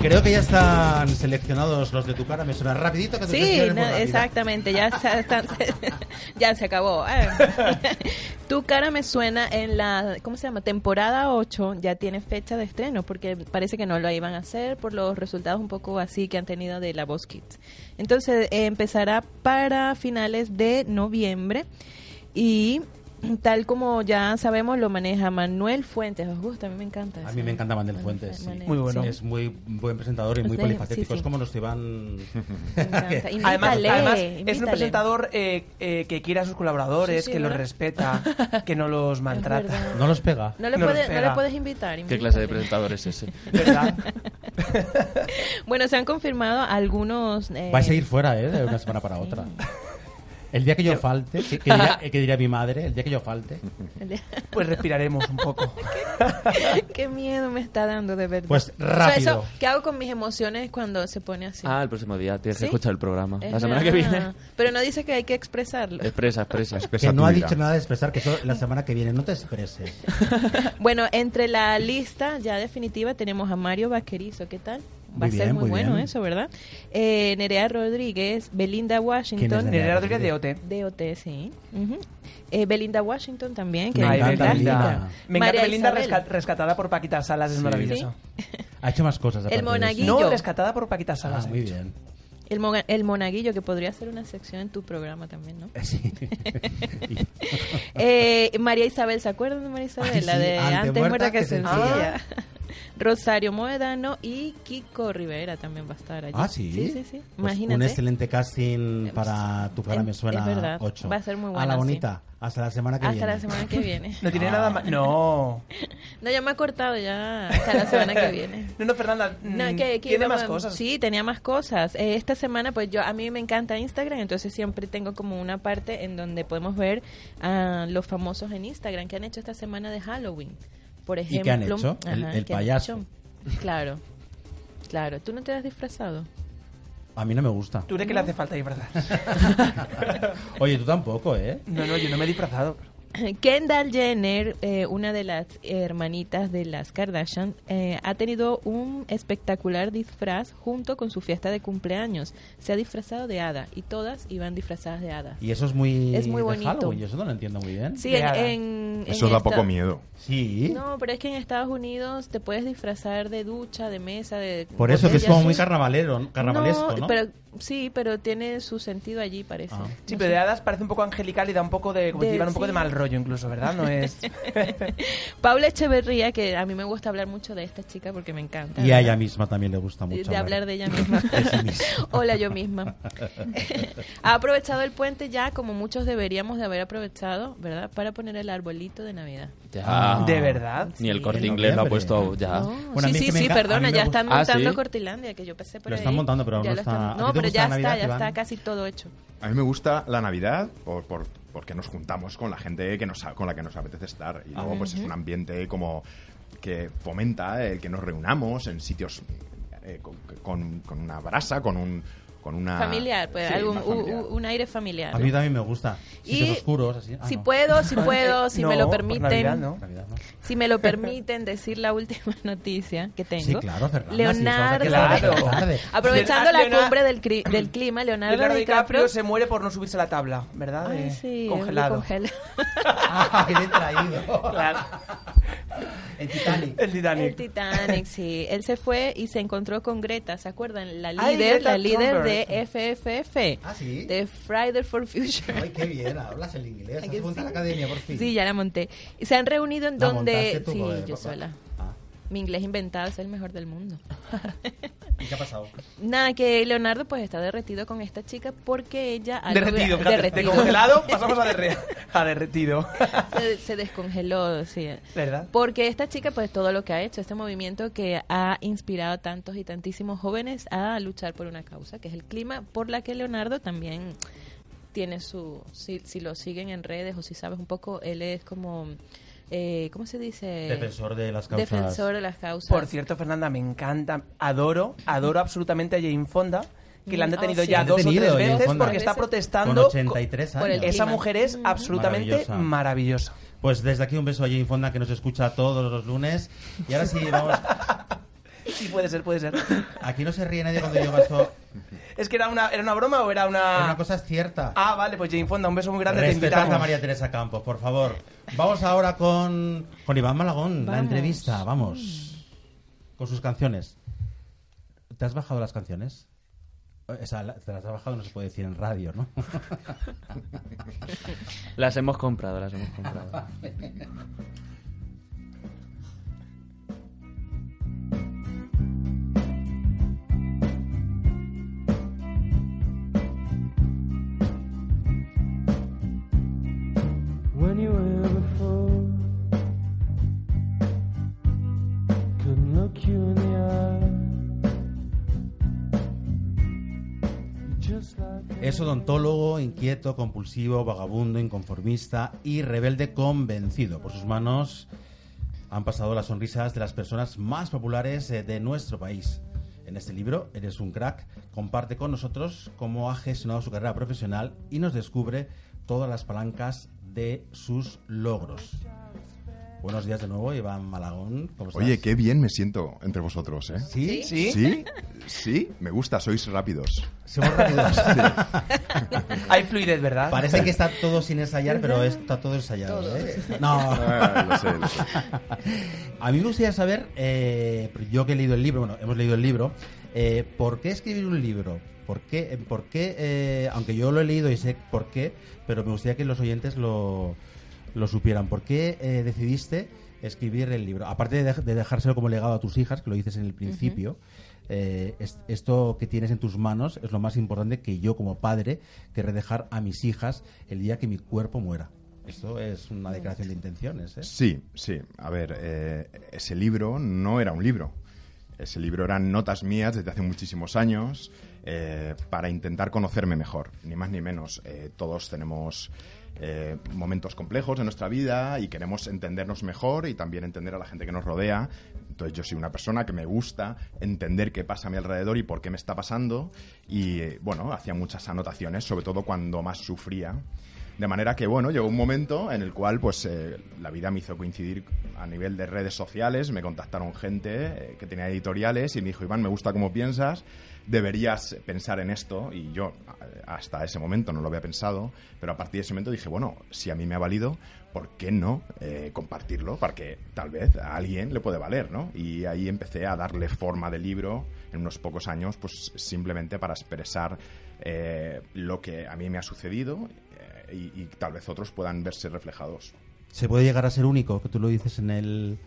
S3: Creo que ya están seleccionados los de tu cara. Me suena rapidito que tu
S5: Sí,
S3: sección es muy
S5: na-
S3: rápida.
S5: exactamente, ya se, están- ya se acabó. Ah. tu cara me suena en la, ¿cómo se llama? Temporada 8, ya tiene fecha de estreno, porque parece que no lo iban a hacer por los resultados un poco así que han tenido de la Voz Kids. Entonces eh, empezará para finales de noviembre y tal como ya sabemos lo maneja Manuel Fuentes. ¿Os gusta? A mí me encanta.
S3: A
S5: ese-
S3: mí me encanta Mandel Fuentes. sí.
S5: Manuel,
S4: Muy bueno.
S5: sí,
S3: Es muy buen presentador y muy
S5: Sí,
S3: polifacético.
S5: Pues sí, sí.
S3: Es como nos iban.
S5: me encanta.
S4: Además,
S5: Invítale,
S4: además es un
S5: invítale.
S4: presentador eh, eh, que quiere a sus colaboradores,
S5: Sí, sí,
S4: que los
S5: ¿verdad?
S4: respeta, que no los maltrata.
S5: verdad.
S3: No los pega.
S5: No le,
S4: No los
S5: puede- no
S4: pega.
S5: le puedes invitar.
S6: ¿Qué clase de
S5: invítale.
S6: presentador es ese?
S4: ¿Verdad?
S5: Bueno, se han confirmado algunos. eh,
S3: Vais a ir fuera, ¿eh? De una semana para otra. El día que yo falte, que, que dirá, que dirá mi madre, el día que yo falte.
S4: Pues respiraremos un poco.
S5: Qué miedo me está dando, de verdad.
S3: Pues
S5: O sea,
S3: rápido.
S5: eso, ¿Qué hago con mis emociones cuando se pone así?
S6: Ah, el próximo día. Tienes
S5: ¿Sí?
S6: que escuchar el programa.
S5: Es
S6: la semana que
S5: verdad.
S6: viene.
S5: Pero no dice que hay que expresarlo.
S6: Expresa, expresa.
S7: Expresa
S3: Que no ha
S7: tu vida.
S3: dicho nada de expresar, que eso la semana que viene no te expreses.
S5: Bueno, entre la lista ya definitiva tenemos a Mario Vaquerizo. ¿Qué tal? Va
S3: Muy
S5: a ser
S3: bien,
S5: muy,
S3: muy
S5: bueno
S3: bien.
S5: eso, ¿verdad? Eh, Nerea Rodríguez, Belinda Washington.
S3: ¿Quién es
S4: Nerea Rodríguez de OT.
S5: DOT, sí. Ujú. Eh, Belinda Washington también. Que
S3: Me
S4: Ay,
S5: es
S3: encanta
S5: fantástica.
S3: Belinda.
S4: Me encanta
S5: María
S4: Belinda
S5: Isabel.
S4: resca- rescatada por Paquita Salas, es maravilloso.
S3: Ha hecho más cosas. aparte de eso.
S5: monaguillo.
S4: No,
S5: Guillo.
S4: rescatada por Paquita
S3: Ah,
S4: Salas.
S3: muy bien.
S5: El, moga- el monaguillo, que podría ser una sección en tu programa también, ¿no?
S3: Sí.
S5: Eh, María Isabel, ¿se acuerdan de María Isabel?
S3: Ay,
S5: la
S3: sí,
S5: de Antes muerta que sencilla. Rosario Moedano y Kiko Rivera también va a estar allí.
S3: Ah, sí.
S5: Sí, sí, sí.
S3: Pues
S5: Imagínate.
S3: un excelente casting para tu cara
S5: Es-
S3: me suena
S5: es verdad.
S3: 8.
S5: Va a ser muy
S3: A
S5: buena,
S3: la
S5: sí.
S3: bonita. Hasta la semana que
S5: Hasta
S3: viene.
S5: la semana que viene.
S4: No tiene nada más. No.
S5: No, ya me ha cortado ya hasta la semana que viene.
S4: No, no, Fernanda.
S5: No,
S4: mm,
S5: que- que
S4: tiene
S5: íbamos-
S4: más cosas.
S5: Sí, tenía más cosas. Eh, esta semana, pues yo a mí me encanta Instagram, entonces siempre tengo como una parte en donde podemos ver a los famosos en Instagram que han hecho esta semana de Halloween. Por
S3: ¿Y
S5: ejemplo,
S3: qué han hecho? El- el
S5: ¿qué han
S3: payaso.
S5: hecho? Claro, claro. ¿Tú no te has disfrazado?
S3: A mí no me gusta.
S4: ¿Tú crees que le hace falta disfrazar?
S3: Oye, tú tampoco, ¿eh?
S4: No, no, yo no me he disfrazado.
S5: Kendall Jenner, eh, una de las hermanitas de las Kardashian, eh, ha tenido un espectacular disfraz junto con su fiesta de cumpleaños. Se ha disfrazado de hada y todas iban disfrazadas de hada.
S3: Y eso es muy.
S5: Es muy
S3: de
S5: bonito.
S3: Halloween, yo eso no lo entiendo muy bien.
S5: Sí,
S4: De
S5: en,
S4: hada.
S5: en- en
S7: Eso da
S5: esta-
S7: poco miedo.
S3: Sí.
S5: No, pero es que en Estados Unidos te puedes disfrazar de ducha, de mesa, de...
S3: Por eso que es
S5: botellas.
S3: como muy carnavalero, carnavalesco, ¿no?
S5: Pero, sí, pero tiene su sentido allí, parece.
S3: Ah.
S4: Sí, pero de hadas parece un poco angelical y da un poco de. Como
S5: De-
S4: si llevan un poco
S5: sí.
S4: de mal rollo, incluso, ¿verdad? No es.
S5: Paula Echeverría, que a mí me gusta hablar mucho de esta chica porque me encanta.
S3: Y a ella misma también le gusta
S5: de,
S3: mucho.
S5: de hablar de ella misma. Hola, yo misma. ha aprovechado el puente ya, como muchos deberíamos de haber aprovechado, ¿verdad? Para poner el arbolito de Navidad.
S6: Ya.
S3: Ah.
S4: De verdad.
S6: Ni el
S3: En
S6: corte inglés lo ha
S3: noviembre.
S6: puesto
S4: Ah.
S6: ya.
S5: No.
S3: Bueno, a mí es que
S5: Oh, sí, sí,
S3: me
S5: sí,
S3: enca- a
S5: perdona,
S3: mí me
S5: ya están
S6: gusta- Ah,
S5: montando
S6: ¿sí?
S5: Cortilandia, que yo pasé por
S3: Lo
S5: ahí.
S3: están montando, pero aún
S5: Ya
S3: no
S5: lo
S3: está-
S5: están-
S3: ¿a ti
S5: No,
S3: te
S5: pero
S3: gusta
S5: ya
S3: Navidad,
S5: está, ya
S3: Iván?
S5: está casi todo hecho.
S7: A mí me gusta la Navidad por, por- porque nos juntamos con la gente que nos, con la que nos apetece estar. Y luego, pues es un ambiente como que fomenta el que nos reunamos en sitios eh, con, con- con una brasa, con un. Con
S4: Ah.
S7: una,
S5: familiar, pues,
S7: Sí,
S5: algún,
S7: más familiar.
S5: u- u- un aire familiar.
S3: A mí también me gusta. Sitios
S5: Y
S3: oscuros, así. Ah,
S5: si
S3: no. eh,
S5: puedo, si puedo, si
S4: No,
S5: me lo
S4: por
S5: permiten,
S4: Navidad, ¿no?
S3: Navidad, ¿no?
S5: si me lo permiten decir la última noticia que tengo.
S3: Sí, claro, Fernanda.
S5: Leonardo,
S3: Sí, estamos aquí hasta
S4: Claro.
S3: la tarde.
S5: aprovechando
S4: Leonardo-
S5: la cumbre del, cri- del clima, Leonardo,
S4: Leonardo DiCaprio
S5: DiCaprio
S4: se muere por no subirse a la tabla, ¿verdad?
S5: Ay,
S4: Eh,
S5: sí,
S4: congelado.
S5: congelado.
S3: Ah, qué bien traído.
S4: Claro.
S3: El Titanic.
S4: El Titanic.
S5: El Titanic, sí. Él se fue y se encontró con Greta, ¿se acuerdan? La
S4: Ay,
S5: líder,
S4: Greta
S5: la líder
S4: Thunberg.
S5: de FFF,
S3: Ah, sí.
S5: de Friday for Future.
S3: Ay, qué bien, hablas el inglés.
S5: Ay,
S3: Has
S5: que
S3: juntado
S5: sí.
S3: la academia, por fin.
S5: Sí, ya la monté. Y se han reunido en
S3: La montaste
S5: donde...
S3: tú,
S5: sí,
S3: joder,
S5: yo
S3: papá.
S5: sola.
S3: Ah,
S5: Mi inglés inventado es el mejor del mundo.
S3: ¿Y qué ha pasado?
S5: Nada, que Leonardo pues está derretido con esta chica porque ella... algo-
S4: Derretido, fíjate, De
S5: derretido.
S4: congelado pasamos a, derre- a derretido.
S5: se, se descongeló, sí.
S4: ¿Verdad?
S5: Porque esta chica, pues todo lo que ha hecho, este movimiento que ha inspirado a tantos y tantísimos jóvenes a luchar por una causa, que es el clima, por la que Leonardo también tiene su... Si, si lo siguen en redes o si sabes un poco, él es como... eh, ¿Cómo se dice?
S3: Defensor de las causas.
S5: Defensor de las causas.
S4: Por cierto, Fernanda, me encanta, adoro, adoro absolutamente a Jane Fonda, que la han
S5: Mm,
S4: detenido
S5: oh, sí.
S4: ya
S5: La han
S4: dos
S3: detenido,
S4: o
S3: Jane
S4: tres veces
S3: Fonda.
S4: porque está
S5: Con
S3: Con
S4: protestando.
S3: 83
S5: por el
S3: años.
S5: clima.
S4: Esa mujer es absolutamente
S3: Maravillosa.
S4: maravillosa.
S3: Pues desde aquí un beso a Jane Fonda que nos escucha todos los lunes. Y ahora sí, vamos.
S4: Sí, puede ser, puede ser.
S3: Aquí no se ríe nadie cuando yo
S5: Ah.
S3: gasto.
S4: ¿Es que era una, era una broma o era una...?
S3: Una cosa es cierta.
S4: Ah, vale, pues Jane Fonda, un beso muy grande, te
S3: Respetad
S4: invitamos.
S3: a María Teresa Campos, por favor. Vamos ahora con, con Iván Malagón, la
S5: Vamos.
S3: entrevista, vamos. Con sus canciones. ¿Te has bajado las canciones? O sea, la- te las has bajado, no se puede decir en radio, ¿no?
S6: Las hemos comprado, las hemos comprado.
S9: when you were before. Couldn't look you in the eye. You're Just like
S3: Es odontólogo, inquieto, compulsivo, vagabundo, inconformista y rebelde convencido. Por sus manos han pasado las sonrisas de las personas más populares eh, de nuestro país. En este libro, Eres un crack, comparte con nosotros cómo ha gestionado su carrera profesional y nos descubre todas las palancas de sus logros. Buenos días de nuevo, Iván Malagón. ¿Cómo estás?
S7: Oye, qué bien me siento entre vosotros, ¿eh?
S3: ¿Sí?
S4: ¿Sí?
S7: Sí, sí, me gusta, sois rápidos.
S3: Somos rápidos.
S4: Hay fluidez, ¿verdad?
S3: Parece que está todo sin ensayar, pero está todo ensayado. ¿eh? No.
S7: Ah, lo sé, lo sé.
S3: A mí me gustaría saber, eh, yo que he leído el libro, bueno, hemos leído el libro, eh, ¿por qué escribir un libro? ¿Por qué? ¿Por qué eh, aunque yo lo he leído y sé por qué, pero me gustaría que los oyentes lo, lo supieran. ¿Por qué eh, decidiste escribir el libro. Aparte de, dej- de dejárselo como legado a tus hijas, que lo dices en el principio, eh, es- esto que tienes en tus manos es lo más importante que yo como padre querré dejar a mis hijas el día que mi cuerpo muera. Esto es una declaración de intenciones. ¿eh?
S7: Sí, sí. A ver, eh, ese libro no era un libro. Ese libro eran notas mías desde hace muchísimos años eh, para intentar conocerme mejor, ni más ni menos. Eh, todos tenemos eh, momentos complejos de nuestra vida y queremos entendernos mejor y también entender a la gente que nos rodea. Entonces yo soy una persona que me gusta entender qué pasa a mi alrededor y por qué me está pasando y eh, bueno, hacía muchas anotaciones, sobre todo cuando más sufría. De manera que, bueno, llegó un momento en el cual, pues, eh, la vida me hizo coincidir a nivel de redes sociales. Me contactaron gente eh, que tenía editoriales y me dijo, Iván, me gusta cómo piensas, deberías pensar en esto. Y yo, a- hasta ese momento, no lo había pensado, pero a partir de ese momento dije, bueno, si a mí me ha valido, ¿por qué no eh, compartirlo? Porque tal vez a alguien le puede valer, ¿no? Y ahí empecé a darle forma de libro en unos pocos años, pues, simplemente para expresar eh, lo que a mí me ha sucedido eh, y, y tal vez otros puedan verse reflejados.
S3: Se puede llegar a ser único, que tú lo dices en el,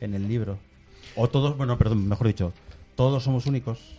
S3: en el libro. O todos, bueno, perdón, mejor dicho, todos somos únicos.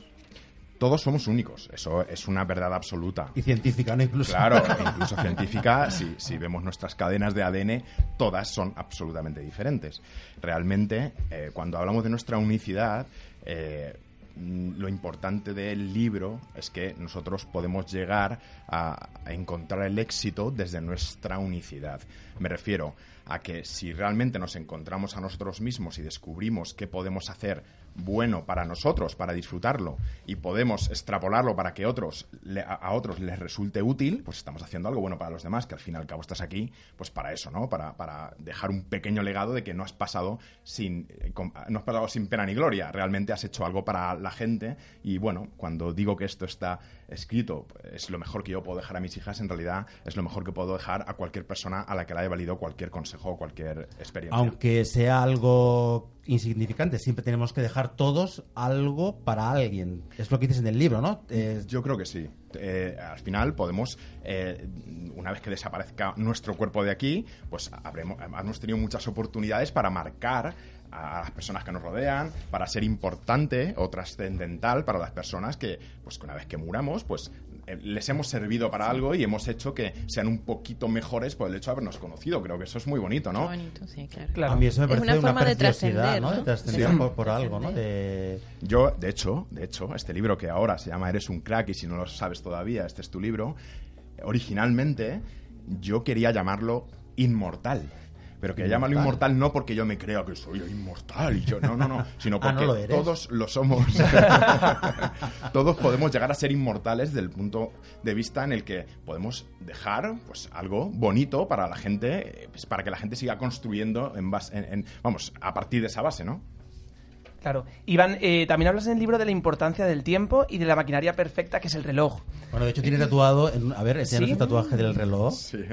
S7: Todos somos únicos, eso es una verdad absoluta.
S3: Y científica, ¿no? Incluso.
S7: Claro, e incluso científica, si, si vemos nuestras cadenas de ADN, todas son absolutamente diferentes. Realmente, eh, cuando hablamos de nuestra unicidad, eh, mm, lo importante del libro es que nosotros podemos llegar a, a encontrar el éxito desde nuestra unicidad. Me refiero a que si realmente nos encontramos a nosotros mismos y descubrimos qué podemos hacer bueno para nosotros, para disfrutarlo, y podemos extrapolarlo para que otros le- a- a otros les resulte útil, pues estamos haciendo algo bueno para los demás, que al fin y al cabo estás aquí, pues para eso, ¿no? Para, para dejar un pequeño legado de que no has pasado sin eh, con- no has pasado sin pena ni gloria, realmente has hecho algo para la gente y bueno, cuando digo que esto está escrito, es lo mejor que yo puedo dejar a mis hijas, en realidad es lo mejor que puedo dejar a cualquier persona a la que le haya valido cualquier consejo o cualquier experiencia.
S3: Aunque sea algo insignificante, siempre tenemos que dejar todos algo para alguien. Es lo que dices en el libro, ¿no? Eh,
S7: Yo creo que sí. Eh, al final podemos, eh, una vez que desaparezca nuestro cuerpo de aquí, pues habremos, hemos tenido muchas oportunidades para marcar a las personas que nos rodean, para ser importante o trascendental para las personas que, pues que una vez que muramos, pues eh, les hemos servido para algo y hemos hecho que sean un poquito mejores por el hecho de habernos conocido. Creo que eso es muy bonito,
S5: Qué
S7: ¿no?
S5: bonito, sí, claro.
S4: Claro.
S3: A mí eso me
S5: Es
S3: parece
S5: una
S3: una,
S5: forma de
S3: preciosidad,
S5: trascender,
S3: ¿no? De
S5: ¿no?
S3: trascender
S5: Sí.
S3: por, por algo, ¿no? De...
S7: Yo, de hecho, de hecho, este libro que ahora se llama Eres un crack y si no lo sabes todavía, este es tu libro, originalmente yo quería llamarlo Inmortal. Pero que llamarlo inmortal no porque yo me creo que soy inmortal y yo no, no, no, sino
S3: Ah,
S7: porque
S3: ¿no lo eres?
S7: todos lo somos. todos podemos llegar a ser inmortales desde el punto de vista en el que podemos dejar pues algo bonito para la gente, eh, pues, para que la gente siga construyendo en base en- en- vamos, a partir de esa base, ¿no?
S4: Claro. Iván, eh, también hablas en el libro de la importancia del tiempo y de la maquinaria perfecta que es el reloj.
S3: Bueno, de hecho tiene tatuado, en- a ver, enseñanos
S4: ¿Sí?
S3: el tatuaje del reloj.
S7: Sí.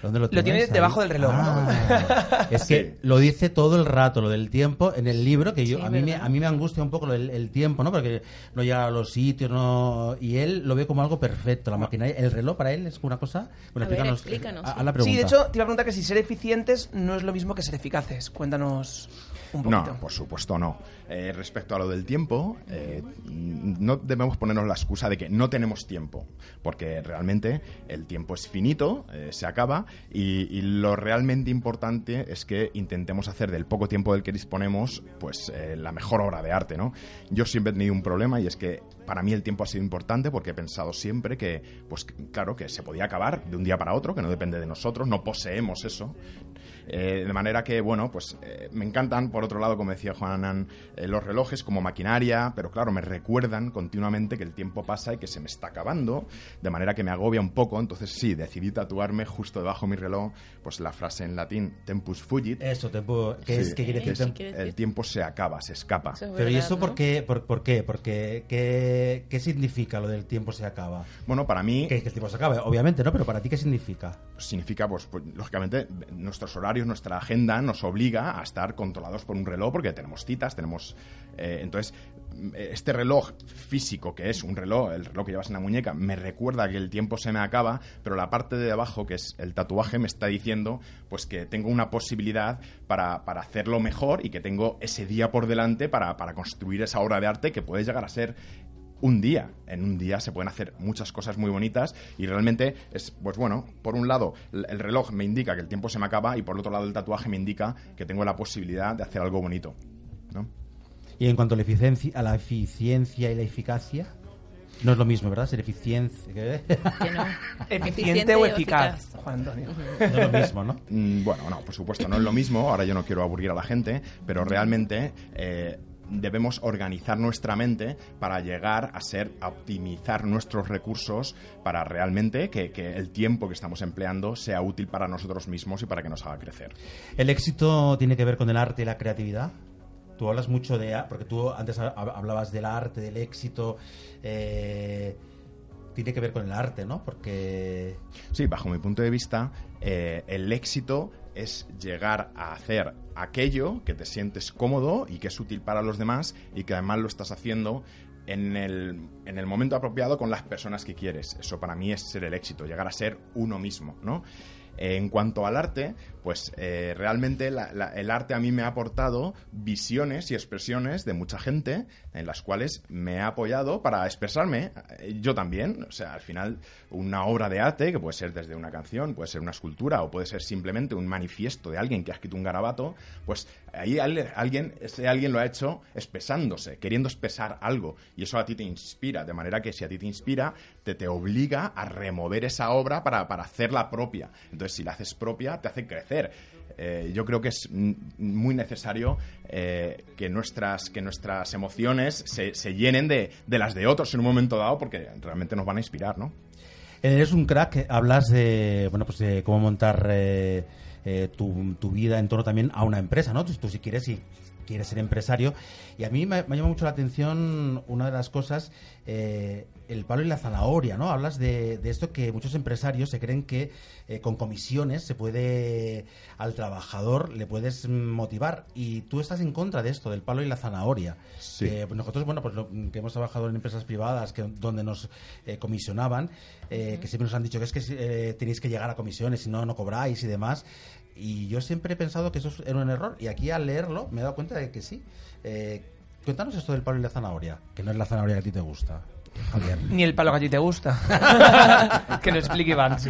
S3: ¿Dónde lo
S4: Lo tiene
S3: tenéis ahí?
S4: debajo del reloj,
S3: Ah, es que lo dice todo el rato, lo del tiempo, en el libro, que yo
S5: Sí,
S3: a, mí me,
S5: ¿verdad?
S3: a mí me angustia un poco lo del- el tiempo, ¿no? Porque no llega a los sitios, no... Y él lo ve como algo perfecto, la maquinaria. El reloj para él es una cosa... Bueno,
S5: A ver,
S3: explícanos,
S5: explícanos,
S3: a- a
S5: sí.
S3: la pregunta.
S4: Sí, de hecho, te iba a preguntar que si ser eficientes no es lo mismo que ser eficaces. Cuéntanos un poquito.
S7: No, por supuesto no. Eh, respecto a lo del tiempo, eh, n- no debemos ponernos la excusa de que no tenemos tiempo, porque realmente el tiempo es finito, eh, se acaba, y, y lo realmente importante es que intentemos hacer del poco tiempo del que disponemos, pues eh, la mejor obra de arte, ¿no? Yo siempre he tenido un problema y es que para mí el tiempo ha sido importante porque he pensado siempre que, pues claro, que se podía acabar de un día para otro, que no depende de nosotros, no poseemos eso, eh, de manera que, bueno, pues eh, me encantan, por otro lado, como decía Juanan, eh, los relojes como maquinaria, pero claro, me recuerdan continuamente que el tiempo pasa y que se me está acabando, de manera que me agobia un poco. Entonces, sí, decidí tatuarme justo debajo de mi reloj, pues la frase en latín, tempus fugit,
S3: Eso, tiempo, Eh, ¿qué, es,
S7: Sí.
S3: ¿qué quiere
S5: Sí,
S3: decir
S5: sí,
S3: tiempo?
S5: quiere decir-
S7: el tiempo se acaba, se escapa.
S5: Eso es
S3: Pero ¿y
S5: verdad,
S3: eso por
S5: ¿no?
S3: qué? ¿Por, por qué? Porque, ¿qué, ¿Qué significa lo del tiempo se acaba?
S7: Bueno, para mí,
S3: Que, que el tiempo se acaba, obviamente, ¿no? Pero para ti, ¿qué significa?
S7: significa, pues, pues, lógicamente, nuestros horarios, nuestra agenda nos obliga a estar controlados por un reloj porque tenemos citas, tenemos... eh, entonces, eh, este reloj físico, que es un reloj, el reloj que llevas en la muñeca, me recuerda que el tiempo se me acaba, pero la parte de abajo, que es el tatuaje, me está diciendo pues que tengo una posibilidad para, para hacerlo mejor y que tengo ese día por delante para, para construir esa obra de arte que puede llegar a ser un día. En un día se pueden hacer muchas cosas muy bonitas y realmente es, pues bueno, por un lado el el reloj me indica que el tiempo se me acaba y por el otro lado el tatuaje me indica que tengo la posibilidad de hacer algo bonito. ¿no?
S3: Y en cuanto a la, eficiencia, a la eficiencia y la eficacia, no es lo mismo, ¿verdad? Ser eficiencia.
S5: Que no.
S4: ¿Eficiente o eficaz? Juan Antonio.
S3: No es lo mismo, ¿no?
S7: Mm, Bueno, no, por supuesto, no es lo mismo. Ahora yo no quiero aburrir a la gente, pero realmente eh, debemos organizar nuestra mente para llegar a ser, a optimizar nuestros recursos para realmente que, que el tiempo que estamos empleando sea útil para nosotros mismos y para que nos haga crecer.
S3: ¿El éxito tiene que ver con el arte y la creatividad? Tú hablas mucho de... Porque tú antes ha- hablabas del arte, del éxito. eh, tiene que ver con el arte, ¿no? Porque...
S7: Sí, bajo mi punto de vista, eh, el éxito es llegar a hacer aquello que te sientes cómodo y que es útil para los demás y que además lo estás haciendo en el, en el momento apropiado con las personas que quieres. Eso para mí es ser el éxito, llegar a ser uno mismo, ¿no? Eh, En cuanto al arte, pues eh, realmente la- la- el arte a mí me ha aportado visiones y expresiones de mucha gente en las cuales me he apoyado para expresarme eh, yo también. O sea, al final una obra de arte, que puede ser desde una canción, puede ser una escultura o puede ser simplemente un manifiesto de alguien que ha escrito un garabato, pues ahí al- alguien, ese alguien lo ha hecho expresándose, queriendo expresar algo. Y eso a ti te inspira, de manera que si a ti te inspira, te, te obliga a remover esa obra para, para hacerla propia. Entonces, si la haces propia, te hace crecer. Eh, yo creo que es mm, muy necesario eh, que, nuestras, que nuestras emociones se, se llenen de, de las de otros en un momento dado, porque realmente nos van a inspirar, ¿no?
S3: Eh, Eres un crack, hablas de, bueno, pues de cómo montar eh, eh, tu, tu vida en torno también a una empresa, ¿no? Tú, tú si quieres, si quieres ser empresario. Y a mí me, me llama mucho la atención una de las cosas, eh, el palo y la zanahoria, ¿no? Hablas de, de esto que muchos empresarios se creen que eh, con comisiones se puede, al trabajador le puedes motivar. Y tú estás en contra de esto, del palo y la zanahoria.
S7: Sí.
S3: Que pues nosotros, bueno, pues lo- que hemos trabajado en empresas privadas que, donde nos eh, comisionaban, eh, que siempre nos han dicho que es que eh, tenéis que llegar a comisiones, si no, no cobráis y demás. Y yo siempre he pensado que eso es- era un error, y aquí al leerlo me he dado cuenta de que sí. Eh, cuéntanos esto del palo y la zanahoria, que no es la zanahoria que a ti te gusta, Javier.
S4: Ni el palo que a ti te gusta. que lo explique Iván, sí.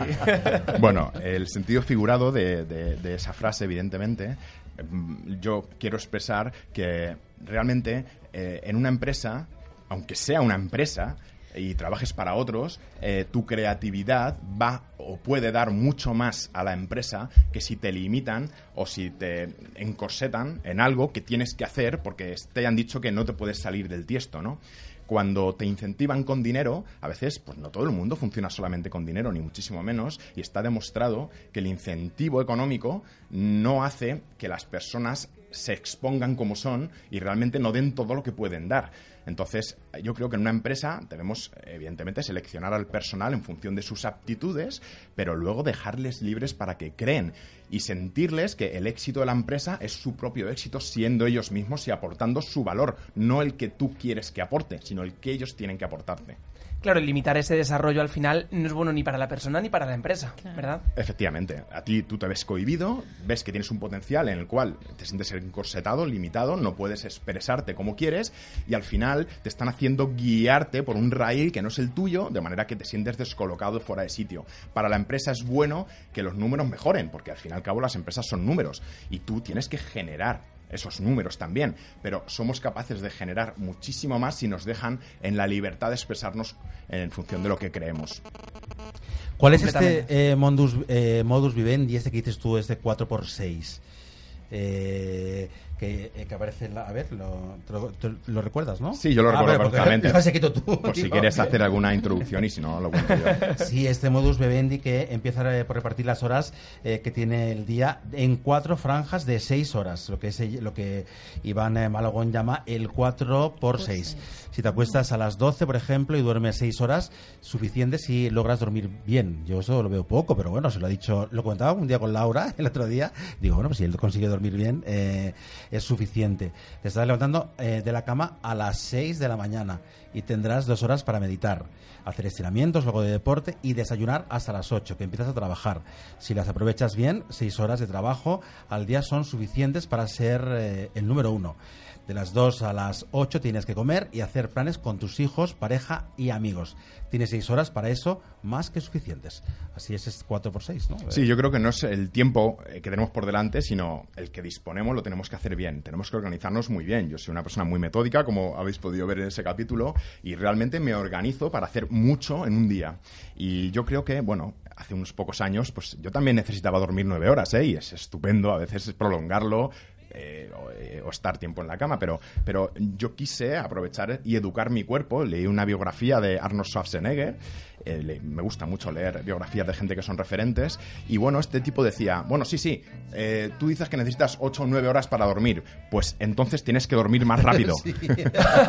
S7: Bueno, el sentido figurado de, de- de esa frase, evidentemente, mm, yo quiero expresar que realmente eh, en una empresa, aunque sea una empresa y trabajes para otros, eh, tu creatividad va o puede dar mucho más a la empresa que si te limitan o si te encorsetan en algo que tienes que hacer porque te han dicho que no te puedes salir del tiesto, ¿no? cuando te incentivan con dinero, a veces, pues no todo el mundo funciona solamente con dinero, ni muchísimo menos, y está demostrado que el incentivo económico no hace que las personas se expongan como son y realmente no den todo lo que pueden dar. Entonces, yo creo que en una empresa debemos, evidentemente, seleccionar al personal en función de sus aptitudes, pero luego dejarles libres para que creen y sentirles que el éxito de la empresa es su propio éxito siendo ellos mismos y aportando su valor, no el que tú quieres que aporte, sino el que ellos tienen que aportarte.
S4: Claro, limitar ese desarrollo al final no es bueno ni para la persona ni para la empresa, ¿verdad?
S7: Efectivamente, a ti tú te ves cohibido, ves que tienes un potencial en el cual te sientes encorsetado, limitado, no puedes expresarte como quieres y al final te están haciendo guiarte por un rail que no es el tuyo, de manera que te sientes descolocado fuera de sitio. Para la empresa es bueno que los números mejoren, porque al fin y al cabo las empresas son números y tú tienes que generar esos números también, pero somos capaces de generar muchísimo más si nos dejan en la libertad de expresarnos en función de lo que creemos.
S3: ¿Cuál es
S4: Completamente.
S3: este eh, modus, eh, modus vivendi, este que dices tú, este 4x6? Eh, que, eh, que aparece en la- a ver lo, te lo, te lo recuerdas no
S7: Sí, yo lo
S3: A
S7: recuerdo
S3: ver, porque
S7: perfectamente.
S3: lo has escrito tú
S7: Por si
S3: tío.
S7: quieres hacer alguna introducción y si no, lo cuento yo.
S3: Sí, este modus vivendi que empieza eh, por repartir las horas eh, que tiene el día en cuatro franjas de seis horas, lo que, es, el- lo que Iván eh, Malagón llama el 4 por 6. Si te acuestas a las 12, por ejemplo, y duermes seis horas, suficiente si logras dormir bien. Yo eso lo veo poco, pero bueno, se lo ha dicho, lo comentaba un día con Laura el otro día. Digo, bueno, pues si él consigue dormir bien, eh, es suficiente. Te estás levantando eh, de la cama a las 6 de la mañana y tendrás dos horas para meditar, hacer estiramientos, luego de deporte y desayunar hasta las 8, que empiezas a trabajar. Si las aprovechas bien, 6 horas de trabajo al día son suficientes para ser eh, el número uno. De las 2 a las 8 tienes que comer y hacer planes con tus hijos, pareja y amigos. Tienes 6 horas para eso, más que suficientes. Así es, es 4 por 6, ¿no?
S7: Sí, yo creo que no es el tiempo eh, que tenemos por delante, sino el que disponemos lo tenemos que hacer bien. Tenemos que organizarnos muy bien. Yo soy una persona muy metódica, como habéis podido ver en ese capítulo, y realmente me organizo para hacer mucho en un día. Y yo creo que, bueno, hace unos pocos años, pues yo también necesitaba dormir nueve horas, ¿eh? Y es estupendo, a veces prolongarlo, eh, o, eh, o estar tiempo en la cama, pero, pero yo quise aprovechar y educar mi cuerpo. Leí una biografía de Arnold Schwarzenegger, eh, le- me gusta mucho leer biografías de gente que son referentes, y bueno, este tipo decía, bueno, sí, sí, eh, tú dices que necesitas 8 o 9 horas para dormir, pues entonces tienes que dormir más rápido.
S3: Sí.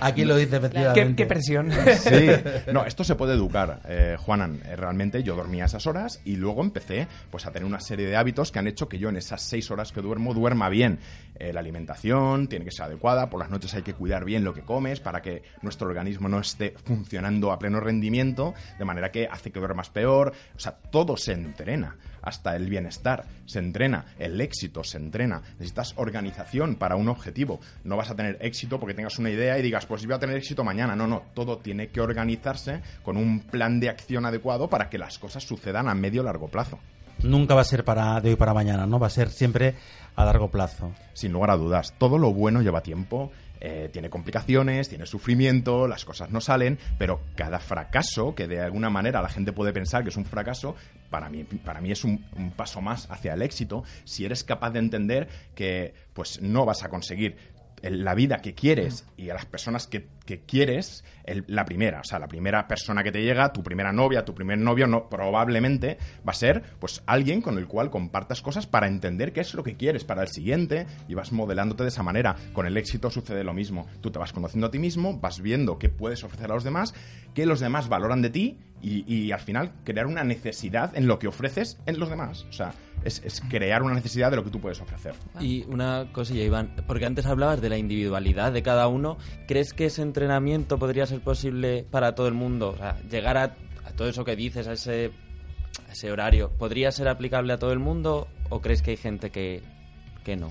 S3: Aquí lo dice efectivamente.
S4: Qué, qué presión.
S7: Sí, no, esto se puede educar, eh, Juanan. Eh, Realmente yo dormía esas horas y luego empecé pues a tener una serie de hábitos que han hecho que yo en esas seis horas que duermo duerma bien. Eh, la alimentación tiene que ser adecuada, por las noches hay que cuidar bien lo que comes para que nuestro organismo no esté funcionando a pleno rendimiento, de manera que hace que duermas peor. O sea, todo se entrena. Hasta el bienestar se entrena, el éxito se entrena. Necesitas organización para un objetivo. No vas a tener éxito porque tengas una idea y digas, pues voy a tener éxito mañana. No, no, todo tiene que organizarse con un plan de acción adecuado para que las cosas sucedan a medio largo plazo.
S3: Nunca va a ser para de hoy para mañana, ¿no? Va a ser siempre a largo plazo.
S7: Sin lugar a dudas, todo lo bueno lleva tiempo, eh, tiene complicaciones, tiene sufrimiento, las cosas no salen, pero cada fracaso, que de alguna manera la gente puede pensar que es un fracaso, para mí, para mí es un, un paso más hacia el éxito, si eres capaz de entender que pues no vas a conseguir el- la vida que quieres y a las personas que, que quieres, el- la primera, o sea, la primera persona que te llega, tu primera novia, tu primer novio, no, probablemente va a ser pues alguien con el cual compartas cosas para entender qué es lo que quieres para el siguiente y vas modelándote de esa manera. Con el éxito sucede lo mismo. Tú te vas conociendo a ti mismo, vas viendo qué puedes ofrecer a los demás, qué los demás valoran de ti y, y al final crear una necesidad en lo que ofreces en los demás. O sea, es- es crear una necesidad de lo que tú puedes ofrecer.
S6: Y una cosilla, Iván, porque antes hablabas de la individualidad de cada uno. ¿Crees que ese entrenamiento podría ser posible para todo el mundo? O sea, llegar a, a todo eso que dices, a ese, a ese horario, ¿podría ser aplicable a todo el mundo o crees que hay gente que, que no?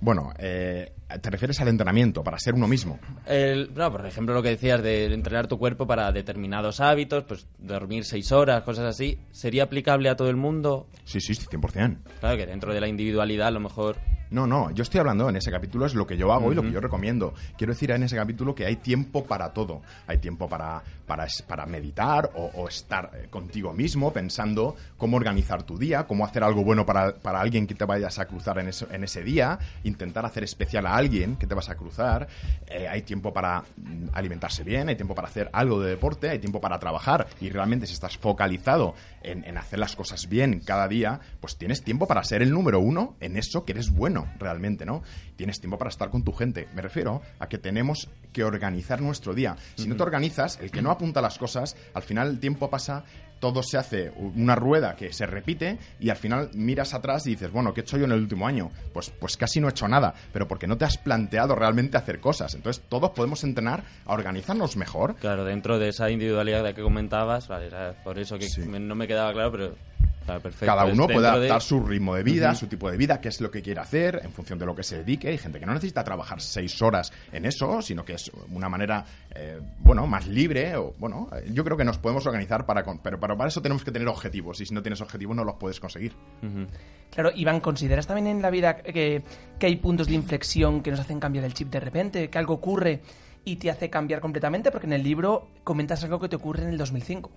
S7: Bueno, eh, te refieres al entrenamiento para ser uno mismo.
S6: El- no, por ejemplo, lo que decías de entrenar tu cuerpo para determinados hábitos, pues dormir seis horas, cosas así, ¿sería aplicable a todo el mundo?
S7: Sí, sí, sí, 100%.
S6: Claro que dentro de la individualidad a lo mejor
S7: No, no, yo estoy hablando en ese capítulo, es lo que yo hago y lo que yo recomiendo. Quiero decir en ese capítulo que hay tiempo para todo. Hay tiempo para, para, es- para meditar o, o estar eh, contigo mismo pensando cómo organizar tu día, cómo hacer algo bueno para, para alguien que te vayas a cruzar en, eso- en ese día, intentar hacer especial a alguien que te vas a cruzar. Eh, hay tiempo para mm, alimentarse bien, hay tiempo para hacer algo de deporte, hay tiempo para trabajar. Y realmente si estás focalizado en, en hacer las cosas bien cada día, pues tienes tiempo para ser el número uno en eso que eres bueno realmente, ¿no? Tienes tiempo para estar con tu gente. Me refiero a que tenemos que organizar nuestro día. Si no te organizas, el que no apunta las cosas, al final el tiempo pasa, todo se hace una rueda que se repite y al final miras atrás y dices, bueno, ¿qué he hecho yo en el último año? Pues, pues casi no he hecho nada, pero porque no te has planteado realmente hacer cosas. Entonces todos podemos entrenar a organizarnos mejor
S6: Claro, dentro de esa individualidad que comentabas, vale, era por eso que
S7: Sí.
S6: me- no me quedaba claro, pero está perfecto.
S7: Cada uno
S6: pues Dentro
S7: puede
S6: de-
S7: adaptar su ritmo de vida, su tipo de vida, qué es lo que quiere hacer, en función de lo que se dedique. Hay gente que no necesita trabajar seis horas en eso, sino que es una manera, eh, bueno, más libre. O, bueno, eh, yo creo que nos podemos organizar para, con- pero para, para eso tenemos que tener objetivos. Y si no tienes objetivos, no los puedes conseguir.
S6: Ujú.
S4: Claro, Iván, ¿consideras también en la vida que, que hay puntos de inflexión que nos hacen cambiar el chip de repente? Que algo ocurre y te hace cambiar completamente? Porque en el libro comentas algo que te ocurre en el 2005.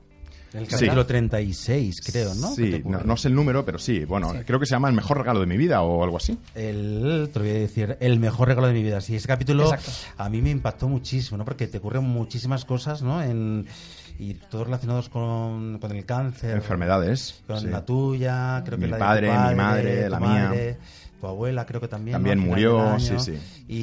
S3: El
S7: Sí.
S3: capítulo 36, creo, ¿no? ¿Qué te
S7: Sí,
S3: ocurre?
S7: no, no sé el número, pero sí, bueno, creo que se llama El mejor regalo de mi vida o algo así.
S3: el, te lo voy a decir, el mejor regalo de mi vida. Sí, ese capítulo
S4: Exacto.
S3: a mí me impactó muchísimo, ¿no? Porque te ocurren muchísimas cosas, ¿no? En, y todos relacionados con, con el cáncer.
S7: Enfermedades.
S3: Con
S7: sí.
S3: la tuya, creo que
S7: Mi
S3: la
S7: padre,
S3: de
S7: mi
S3: tu
S7: madre,
S3: tu
S7: la mía.
S3: tu abuela creo que también.
S7: También
S3: ¿no? Al final
S7: murió,
S3: del año.
S7: sí, sí.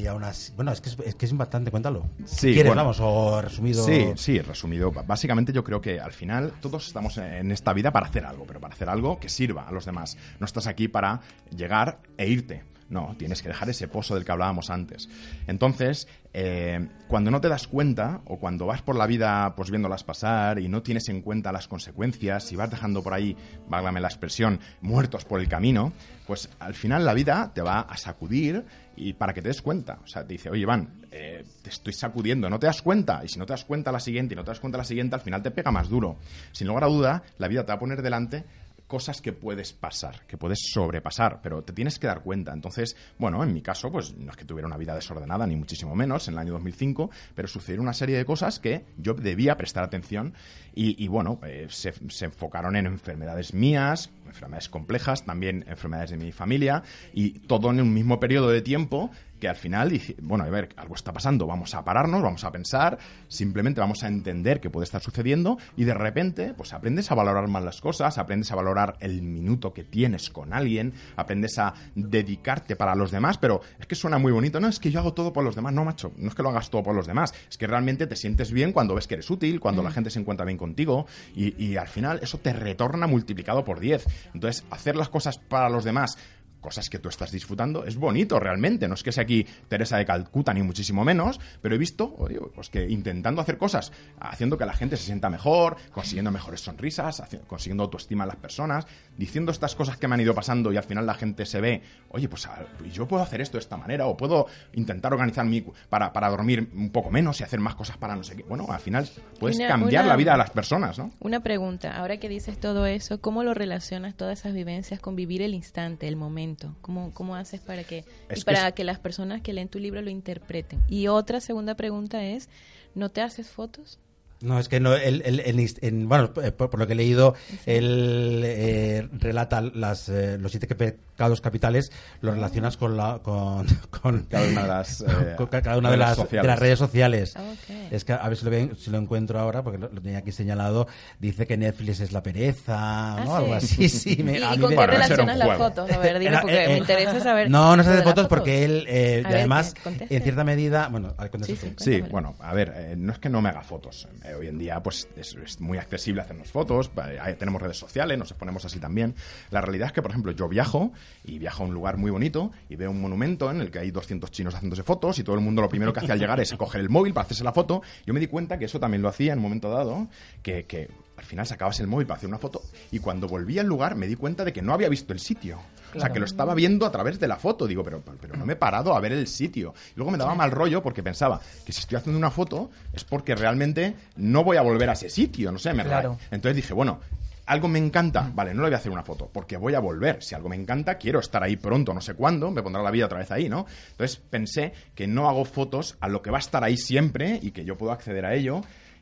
S3: Y aún así, bueno, es que es, es que es bastante, cuéntalo.
S7: Sí,
S3: ¿Quieres,
S7: bueno.
S3: vamos, o resumido?
S7: Sí, sí, resumido. Básicamente yo creo que al final todos estamos en esta vida para hacer algo, pero para hacer algo que sirva a los demás. No estás aquí para llegar e irte. No, tienes que dejar ese pozo del que hablábamos antes. Entonces, eh, cuando no te das cuenta o cuando vas por la vida pues viéndolas pasar y no tienes en cuenta las consecuencias y vas dejando por ahí, válgame la expresión, muertos por el camino, pues al final la vida te va a sacudir y para que te des cuenta. O sea, te dice, oye, Iván, eh, te estoy sacudiendo, no te das cuenta. Y si no te das cuenta la siguiente y no te das cuenta la siguiente, al final te pega más duro. Sin lugar a duda, la vida te va a poner delante cosas que puedes pasar, que puedes sobrepasar, pero te tienes que dar cuenta. Entonces, bueno, en mi caso, pues no es que tuviera una vida desordenada, ni muchísimo menos, en el año 2005, pero sucedieron una serie de cosas que yo debía prestar atención y, y, bueno, eh, se, se enfocaron en enfermedades mías, enfermedades complejas, también enfermedades de mi familia y todo en un mismo periodo de tiempo que al final dije, bueno, a ver, algo está pasando, vamos a pararnos, vamos a pensar, simplemente vamos a entender qué puede estar sucediendo y de repente, pues aprendes a valorar más las cosas, aprendes a valorar el minuto que tienes con alguien, aprendes a dedicarte para los demás, pero es que suena muy bonito, no es que yo hago todo por los demás, no, macho, no es que lo hagas todo por los demás, es que realmente te sientes bien cuando ves que eres útil, cuando la gente se encuentra bien contigo y, y al final eso te retorna multiplicado por 10. Entonces, hacer las cosas para los demás cosas que tú estás disfrutando, es bonito realmente. No es que sea aquí Teresa de Calcuta, ni muchísimo menos, pero he visto oye, pues que intentando hacer cosas, haciendo que la gente se sienta mejor, consiguiendo mejores sonrisas, haci- consiguiendo autoestima en las personas, diciendo estas cosas que me han ido pasando y al final la gente se ve, oye, pues a- yo puedo hacer esto de esta manera o puedo intentar organizar mi cu- para, para dormir un poco menos y hacer más cosas para no sé qué. Bueno, al final puedes
S5: Una-
S7: cambiar
S5: una-
S7: la vida de las personas, ¿no?
S5: Una pregunta, ahora que dices todo eso, ¿cómo lo relacionas todas esas vivencias con vivir el instante, el momento? ¿Cómo, cómo haces para que, y
S7: Es que
S5: para
S7: es-
S5: que, las personas que leen tu libro lo interpreten? Y otra segunda pregunta es, ¿no te haces fotos?
S3: No, es que no, él, él- él inst- en- bueno, eh, por, por lo que he leído, él eh, relata las, eh, los siete pecados capitales,
S5: Ah.
S3: los relacionas con, la, con, con-
S7: Cada una de las, eh,
S3: con ca- cada una de las, de las redes sociales.
S5: Ah, Ok.
S3: Es que a ver si lo, ven- si lo encuentro ahora, porque lo, lo tenía aquí señalado, dice que Netflix es la pereza, ¿no?
S5: Ah, sí.
S3: Algo así, sí.
S5: ¿Y,
S3: me- a
S5: y
S3: mí
S5: con
S3: me-
S5: qué
S7: Bueno, eso era un
S5: relacionas las
S7: juego.
S5: fotos? A ver, dime,
S3: Era-
S5: porque
S3: eh,
S5: me
S3: eh,
S5: interesa saber.
S3: No, no se
S5: lo de
S3: hace
S5: las
S3: fotos porque él, eh,
S5: A
S3: y
S5: ver,
S3: además,
S5: contesta.
S3: en cierta medida, bueno, a ver, contesta
S5: Sí,
S3: tú.
S5: sí,
S7: Sí,
S5: cuéntamelo.
S7: bueno, a ver, eh, no es que no me haga fotos. Eh, hoy en día, pues es, es muy accesible hacernos fotos. pa- eh, tenemos redes sociales, nos ponemos así también. La realidad es que, por ejemplo, yo viajo y viajo a un lugar muy bonito y veo un monumento en el que hay 200 chinos haciéndose fotos y todo el mundo lo primero que hace al llegar es coger el móvil para hacerse la foto. Yo me di cuenta que eso también lo hacía en un momento dado, que, que al final sacabas el móvil para hacer una foto y cuando volví al lugar me di cuenta de que no había visto el sitio. O sea, que lo estaba viendo a través de la foto. Digo, pero, pero no me he parado a ver el sitio. Y luego me daba mal rollo porque pensaba que si estoy haciendo una foto es porque realmente no voy a volver a ese sitio. No sé, me
S4: Claro.
S7: Entonces dije, bueno. Algo me encanta, vale, no le voy a hacer una foto, porque voy a volver. Si algo me encanta, quiero estar ahí pronto, no sé cuándo, me pondrá la vida otra vez ahí, ¿no? Entonces pensé que no hago fotos a lo que va a estar ahí siempre y que yo puedo acceder a ello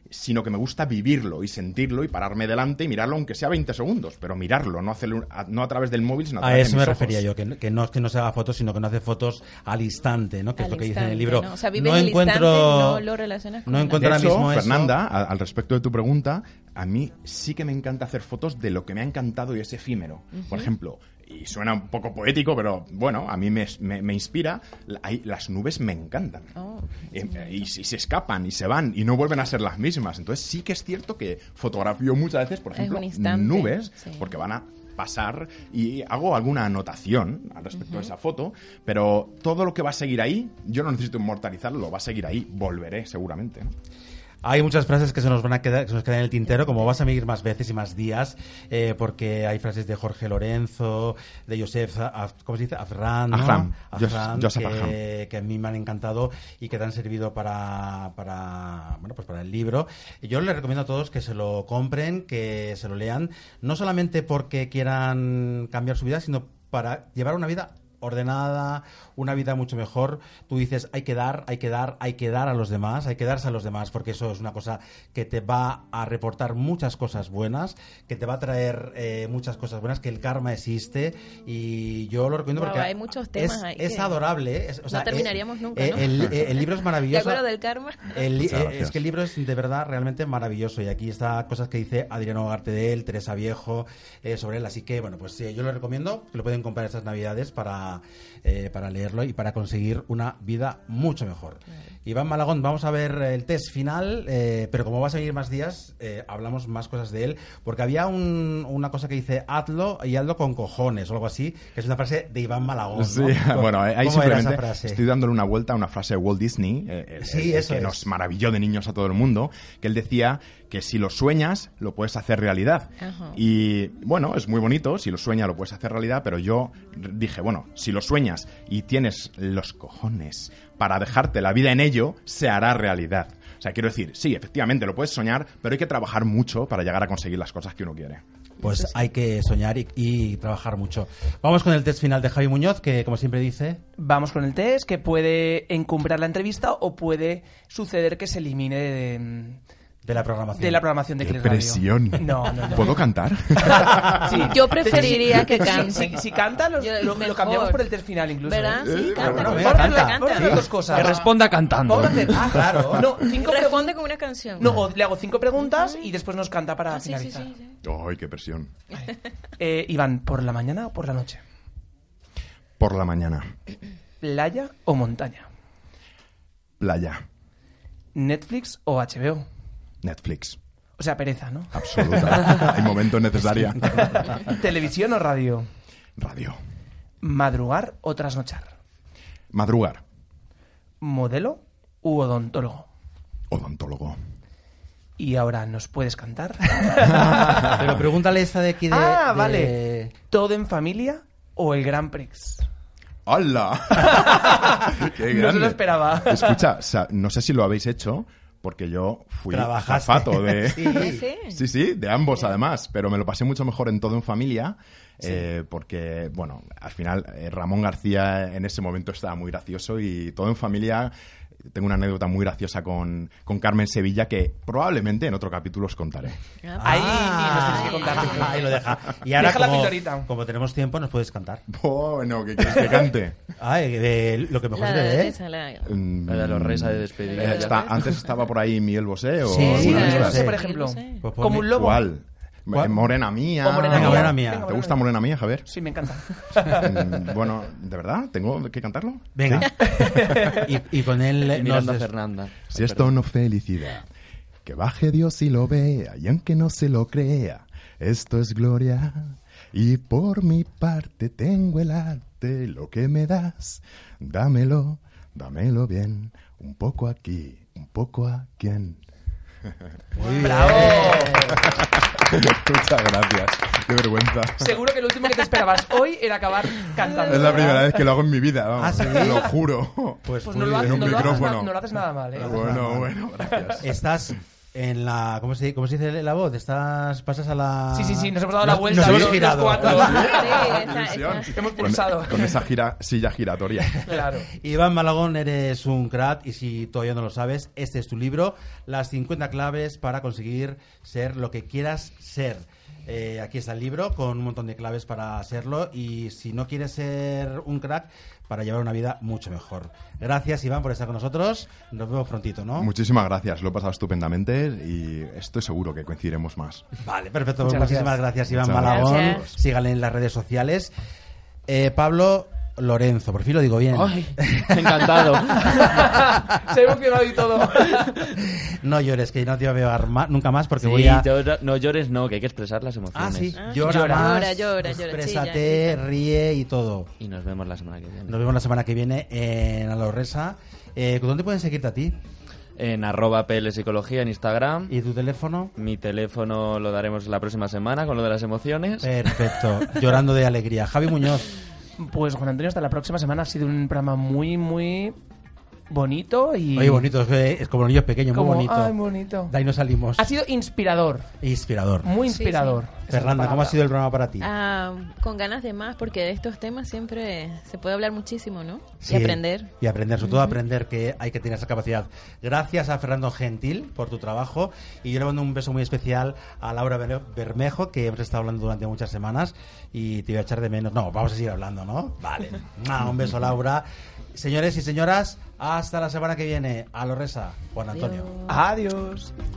S7: sino que me gusta vivirlo y sentirlo y pararme delante y mirarlo aunque sea 20 segundos, pero mirarlo, no, hacerlo a, no a través del móvil, sino a
S3: A
S7: través
S3: eso
S7: de
S3: me
S7: mis
S3: refería
S7: ojos.
S3: yo, que, no- que no es que no se haga fotos, sino que no hace fotos al instante, ¿no? Que es
S5: Al
S3: lo que dice en el
S5: instante,
S3: libro.
S5: ¿no? O sea, vives el instante, no lo relacionas con
S3: no
S5: nada.
S3: encuentro
S7: De
S3: ahora
S7: hecho,
S3: mismo eso.
S7: Fernanda, a- al respecto de tu pregunta, a mí sí que me encanta hacer fotos de lo que me ha encantado y es efímero. Por ejemplo, y suena un poco poético, pero bueno, a mí me, me- me inspira, la- hay- las nubes me encantan.
S5: Oh,
S7: Eh, eh, y, si- se escapan y se van y no vuelven a ser las mismas. Entonces sí que es cierto que fotografío muchas veces, por
S5: Es
S7: ejemplo,
S5: un instante,
S7: nubes,
S5: sí.
S7: porque van a pasar y hago alguna anotación al respecto de esa foto, pero todo lo que va a seguir ahí, yo no necesito inmortalizarlo, va a seguir ahí, volveré seguramente. ¿no?
S3: Hay muchas frases que se nos van a quedar, que se nos quedan en el tintero, como vas a venir más veces y más días, eh, porque hay frases de Jorge Lorenzo, de Josef, Af- ¿cómo se dice? Afran, ¿no?
S7: Afram. Jos-
S3: Afram,
S7: Joseph Afram.
S3: eh, que, que a mí me han encantado y que te han servido para, para, bueno, pues para el libro. Yo les recomiendo a todos que se lo compren, que se lo lean, no solamente porque quieran cambiar su vida, sino para llevar una vida ordenada, una vida mucho mejor, tú dices hay que dar, hay que dar, hay que dar a los demás, hay que darse a los demás, porque eso es una cosa que te va a reportar muchas cosas buenas, que te va a traer eh, muchas cosas buenas, que el karma existe y yo lo recomiendo
S5: Guau,
S3: porque
S5: hay muchos temas
S3: es,
S5: ahí
S3: es
S5: que
S3: adorable, eh, es- o sea, eh,
S5: terminaríamos nunca,
S3: eh,
S5: ¿no?
S3: El, eh, el libro es
S5: ¿Te
S3: maravilloso.
S5: acuerdas del karma?
S3: El li-
S7: Muchas
S3: eh,
S7: gracias.
S3: es que el libro es de verdad realmente maravilloso y aquí está cosas que dice Adriano Hogarte de él, Teresa Viejo, eh, sobre él. Así que bueno, pues eh, yo lo recomiendo, que lo pueden comprar estas navidades para, eh, para leerlo y para conseguir una vida mucho mejor. Iván Malagón, vamos a ver el test final, eh, pero como vas a venir más días, eh, hablamos más cosas de él, porque había un- una cosa que dice hazlo y hazlo con cojones o algo así, que es una frase de Iván Malagón. ¿no?
S7: Sí,
S3: ¿Cómo-
S7: bueno, eh, ahí
S3: cómo era esa
S7: simplemente
S3: frase?
S7: estoy dándole una vuelta a una frase de Walt Disney, eh, el-
S3: Sí,
S7: el- el
S3: eso
S7: que
S3: es.
S7: nos maravilló de niños a todo el mundo, que él decía que si lo sueñas, lo puedes hacer realidad.
S5: Ajá.
S7: Y bueno, es muy bonito, si lo sueñas, lo puedes hacer realidad, pero yo r- dije, bueno, si lo sueñas y tienes los cojones para dejarte la vida en ello, se hará realidad. O sea, quiero decir, sí, efectivamente lo puedes soñar, pero hay que trabajar mucho para llegar a conseguir las cosas que uno quiere.
S3: Pues hay que soñar y, y trabajar mucho. Vamos con el test final de Javi Muñoz, que como siempre dice,
S4: Vamos con el test, que puede encumbrar la entrevista o puede suceder que se elimine de,
S3: de la programación.
S4: de la programación de
S7: ¡Qué
S4: Click Radio.
S7: presión!
S4: No, no, no.
S7: ¿Puedo cantar?
S4: Sí.
S5: Yo preferiría que
S4: Si,
S5: cante.
S4: si- si canta, lo,
S5: Yo-
S4: lo- lo
S5: mejor.
S4: cambiamos por el test final incluso. ¿eh?
S5: ¿Verdad? Sí, canta.
S3: bueno,
S5: Vamos
S3: venga,
S5: a
S4: Vamos
S5: hacerla,
S3: canta.
S4: a
S5: canta.
S4: hacer dos cosas.
S6: Que responda cantando.
S4: Vamos a hacer.
S3: Ah, claro.
S4: No, cinco preguntas.
S5: Responde con una canción.
S4: No, o le hago cinco preguntas y después nos canta para
S5: Ah, sí, sí,
S4: finalizar.
S5: sí, sí.
S7: ¡Ay, qué presión!
S4: Eh, Iván, ¿por la mañana o por la noche?
S7: Por la mañana.
S4: ¿Playa o montaña?
S7: Playa.
S4: ¿Netflix o HBO?
S7: Netflix.
S4: O sea, pereza, ¿no?
S7: Absoluta. Hay momentos necesaria.
S4: ¿Televisión o radio?
S7: Radio.
S4: ¿Madrugar o trasnochar?
S7: Madrugar.
S4: ¿Modelo u odontólogo?
S7: Odontólogo.
S4: Y ahora, ¿nos puedes cantar?
S3: Pero pregúntale esta de aquí de...
S4: ah,
S3: de-
S4: vale. ¿Todo en familia o el Gran Prix?
S7: ¡Hala! ¡Qué
S4: No se lo esperaba.
S7: Escucha, sa- no sé si lo habéis hecho, porque yo fui
S3: Trabajaste.
S7: zapato de...
S3: Sí.
S5: Sí.
S7: Sí, sí, de ambos además, pero me lo pasé mucho mejor en todo en familia, eh, porque, bueno, al final eh, Ramón García en ese momento estaba muy gracioso y todo en familia. Tengo una anécdota muy graciosa con, con Carmen Sevilla que probablemente en otro capítulo os contaré.
S5: Ah,
S4: Ahí nos tienes que contar.
S3: Ahí lo deja. Y ahora,
S4: Deja la
S3: como,
S4: pildorita.
S3: como tenemos tiempo, nos puedes cantar.
S7: Bueno, ¿qué quieres que cante?
S3: Ay, de lo que mejor se
S5: la
S3: te
S5: de
S3: dé. ¿eh?
S5: esa, la-
S7: Mm,
S6: La de los reyes ha de despedir.
S7: eh, está- antes estaba por ahí Miguel Bosé o
S3: Sí,
S7: alguna
S3: sí,
S7: de
S3: Miguel
S7: estas.
S3: Bosé.
S4: por ejemplo.
S5: No sé.
S3: Pues ponme-
S4: Como un lobo.
S7: ¿Cuál?
S3: ¿Cuál?
S7: Eh, Morena mía.
S4: O morena
S3: Venga,
S4: mía.
S3: morena mía.
S4: Venga,
S7: ¿Te gusta morena mía, Javier?
S4: Sí, me encanta.
S7: Mm, bueno, ¿de verdad? ¿Tengo que cantarlo?
S3: Venga. Y, y con él nos
S6: Miranda
S3: des-
S6: Fernanda.
S7: Si esto no es felicidad, que baje Dios y lo vea, y aunque no se lo crea, esto es gloria. Y por mi parte tengo el arte, lo que me das, dámelo, dámelo bien, un poco aquí, un poco a quien.
S4: ¡Bravo!
S3: eh,
S7: Muchas gracias, qué vergüenza.
S4: Seguro que lo último que te esperabas hoy era acabar cantando.
S7: Es la
S4: ¿verdad?
S7: primera vez que lo hago en mi vida,
S3: ¿Ah,
S7: vamos,
S3: sí?
S7: lo juro.
S3: Pues,
S4: Pues no
S3: muy
S4: lo, haces,
S3: bien.
S4: no,
S7: en un
S4: lo haces
S7: micrófono.
S4: mal- no lo haces nada mal, ¿eh?
S7: Bueno, bueno, gracias.
S3: Estás en la... ¿Cómo se, cómo se dice la voz? Estás... Pasas a la...
S4: Sí, sí, sí, nos hemos dado la vuelta.
S3: Nos
S4: los-
S3: hemos girado.
S4: Los cuatro.
S5: Sí, esa-
S7: Ilusión.
S5: esa.
S4: Hemos
S7: Con-
S4: pulsado.
S7: Con esa gira, silla giratoria.
S4: Claro.
S3: Iván Malagón, eres un crack y si todavía no lo sabes, este es tu libro, Las 50 claves para conseguir ser lo que quieras ser. Eh, aquí está el libro con un montón de claves para serlo y si no quieres ser un crack, para llevar una vida mucho mejor. Gracias Iván por estar con nosotros. Nos vemos prontito, ¿no?
S7: Muchísimas gracias, lo he pasado estupendamente y estoy seguro que coincidiremos más.
S3: Vale, perfecto.
S4: Muchas
S3: Muchísimas gracias, Iván
S7: Muchas
S3: Malagón.
S5: gracias.
S3: Síganle en las redes sociales. Eh, Pablo Lorenzo, por fin lo digo bien.
S6: Ay, encantado.
S4: Se ha emocionado y todo.
S3: No llores, que no te voy a ver ma- nunca más porque
S6: Sí,
S3: voy a...
S6: llora- no llores, no, que hay que expresar las emociones.
S3: Ah, sí.
S5: Ah,
S3: Llora,
S5: llora.
S3: más,
S5: Llora, llora, llora,
S3: exprésate,
S5: chilla, grita.
S3: ríe y todo.
S6: Y nos vemos la semana que viene.
S3: Nos vemos la semana que viene en Alorresa. Eh, ¿Dónde pueden seguirte a ti?
S6: En arroba PL Psicología en Instagram.
S3: ¿Y tu teléfono?
S6: Mi teléfono lo daremos la próxima semana con lo de las emociones.
S3: Perfecto. Llorando de alegría. Javi Muñoz.
S4: Pues Juan Antonio, hasta la próxima semana. Ha sido un programa muy, muy bonito y.
S3: Oye, bonito, es, que es como niños pequeños,
S4: Como,
S3: muy bonito.
S4: Ay, bonito.
S3: De ahí nos salimos.
S4: Ha sido inspirador,
S3: Inspirador.
S4: muy inspirador.
S3: Fernanda, ¿cómo ha sido el programa para ti?
S5: Ah, con ganas de más, porque de estos temas siempre se puede hablar muchísimo, ¿no?
S3: Sí,
S5: Y aprender.
S3: Y aprender, sobre todo aprender que hay que tener esa capacidad. Gracias a Fernando Gentil por tu trabajo y yo le mando un beso muy especial a Laura Ber- Bermejo, que hemos estado hablando durante muchas semanas y te voy a echar de menos. No, vamos a seguir hablando, ¿no? Vale. Ah, un beso, Laura. Señores y señoras, hasta la semana que viene. A Loresa, Juan Antonio.
S5: Adiós.
S4: Adiós.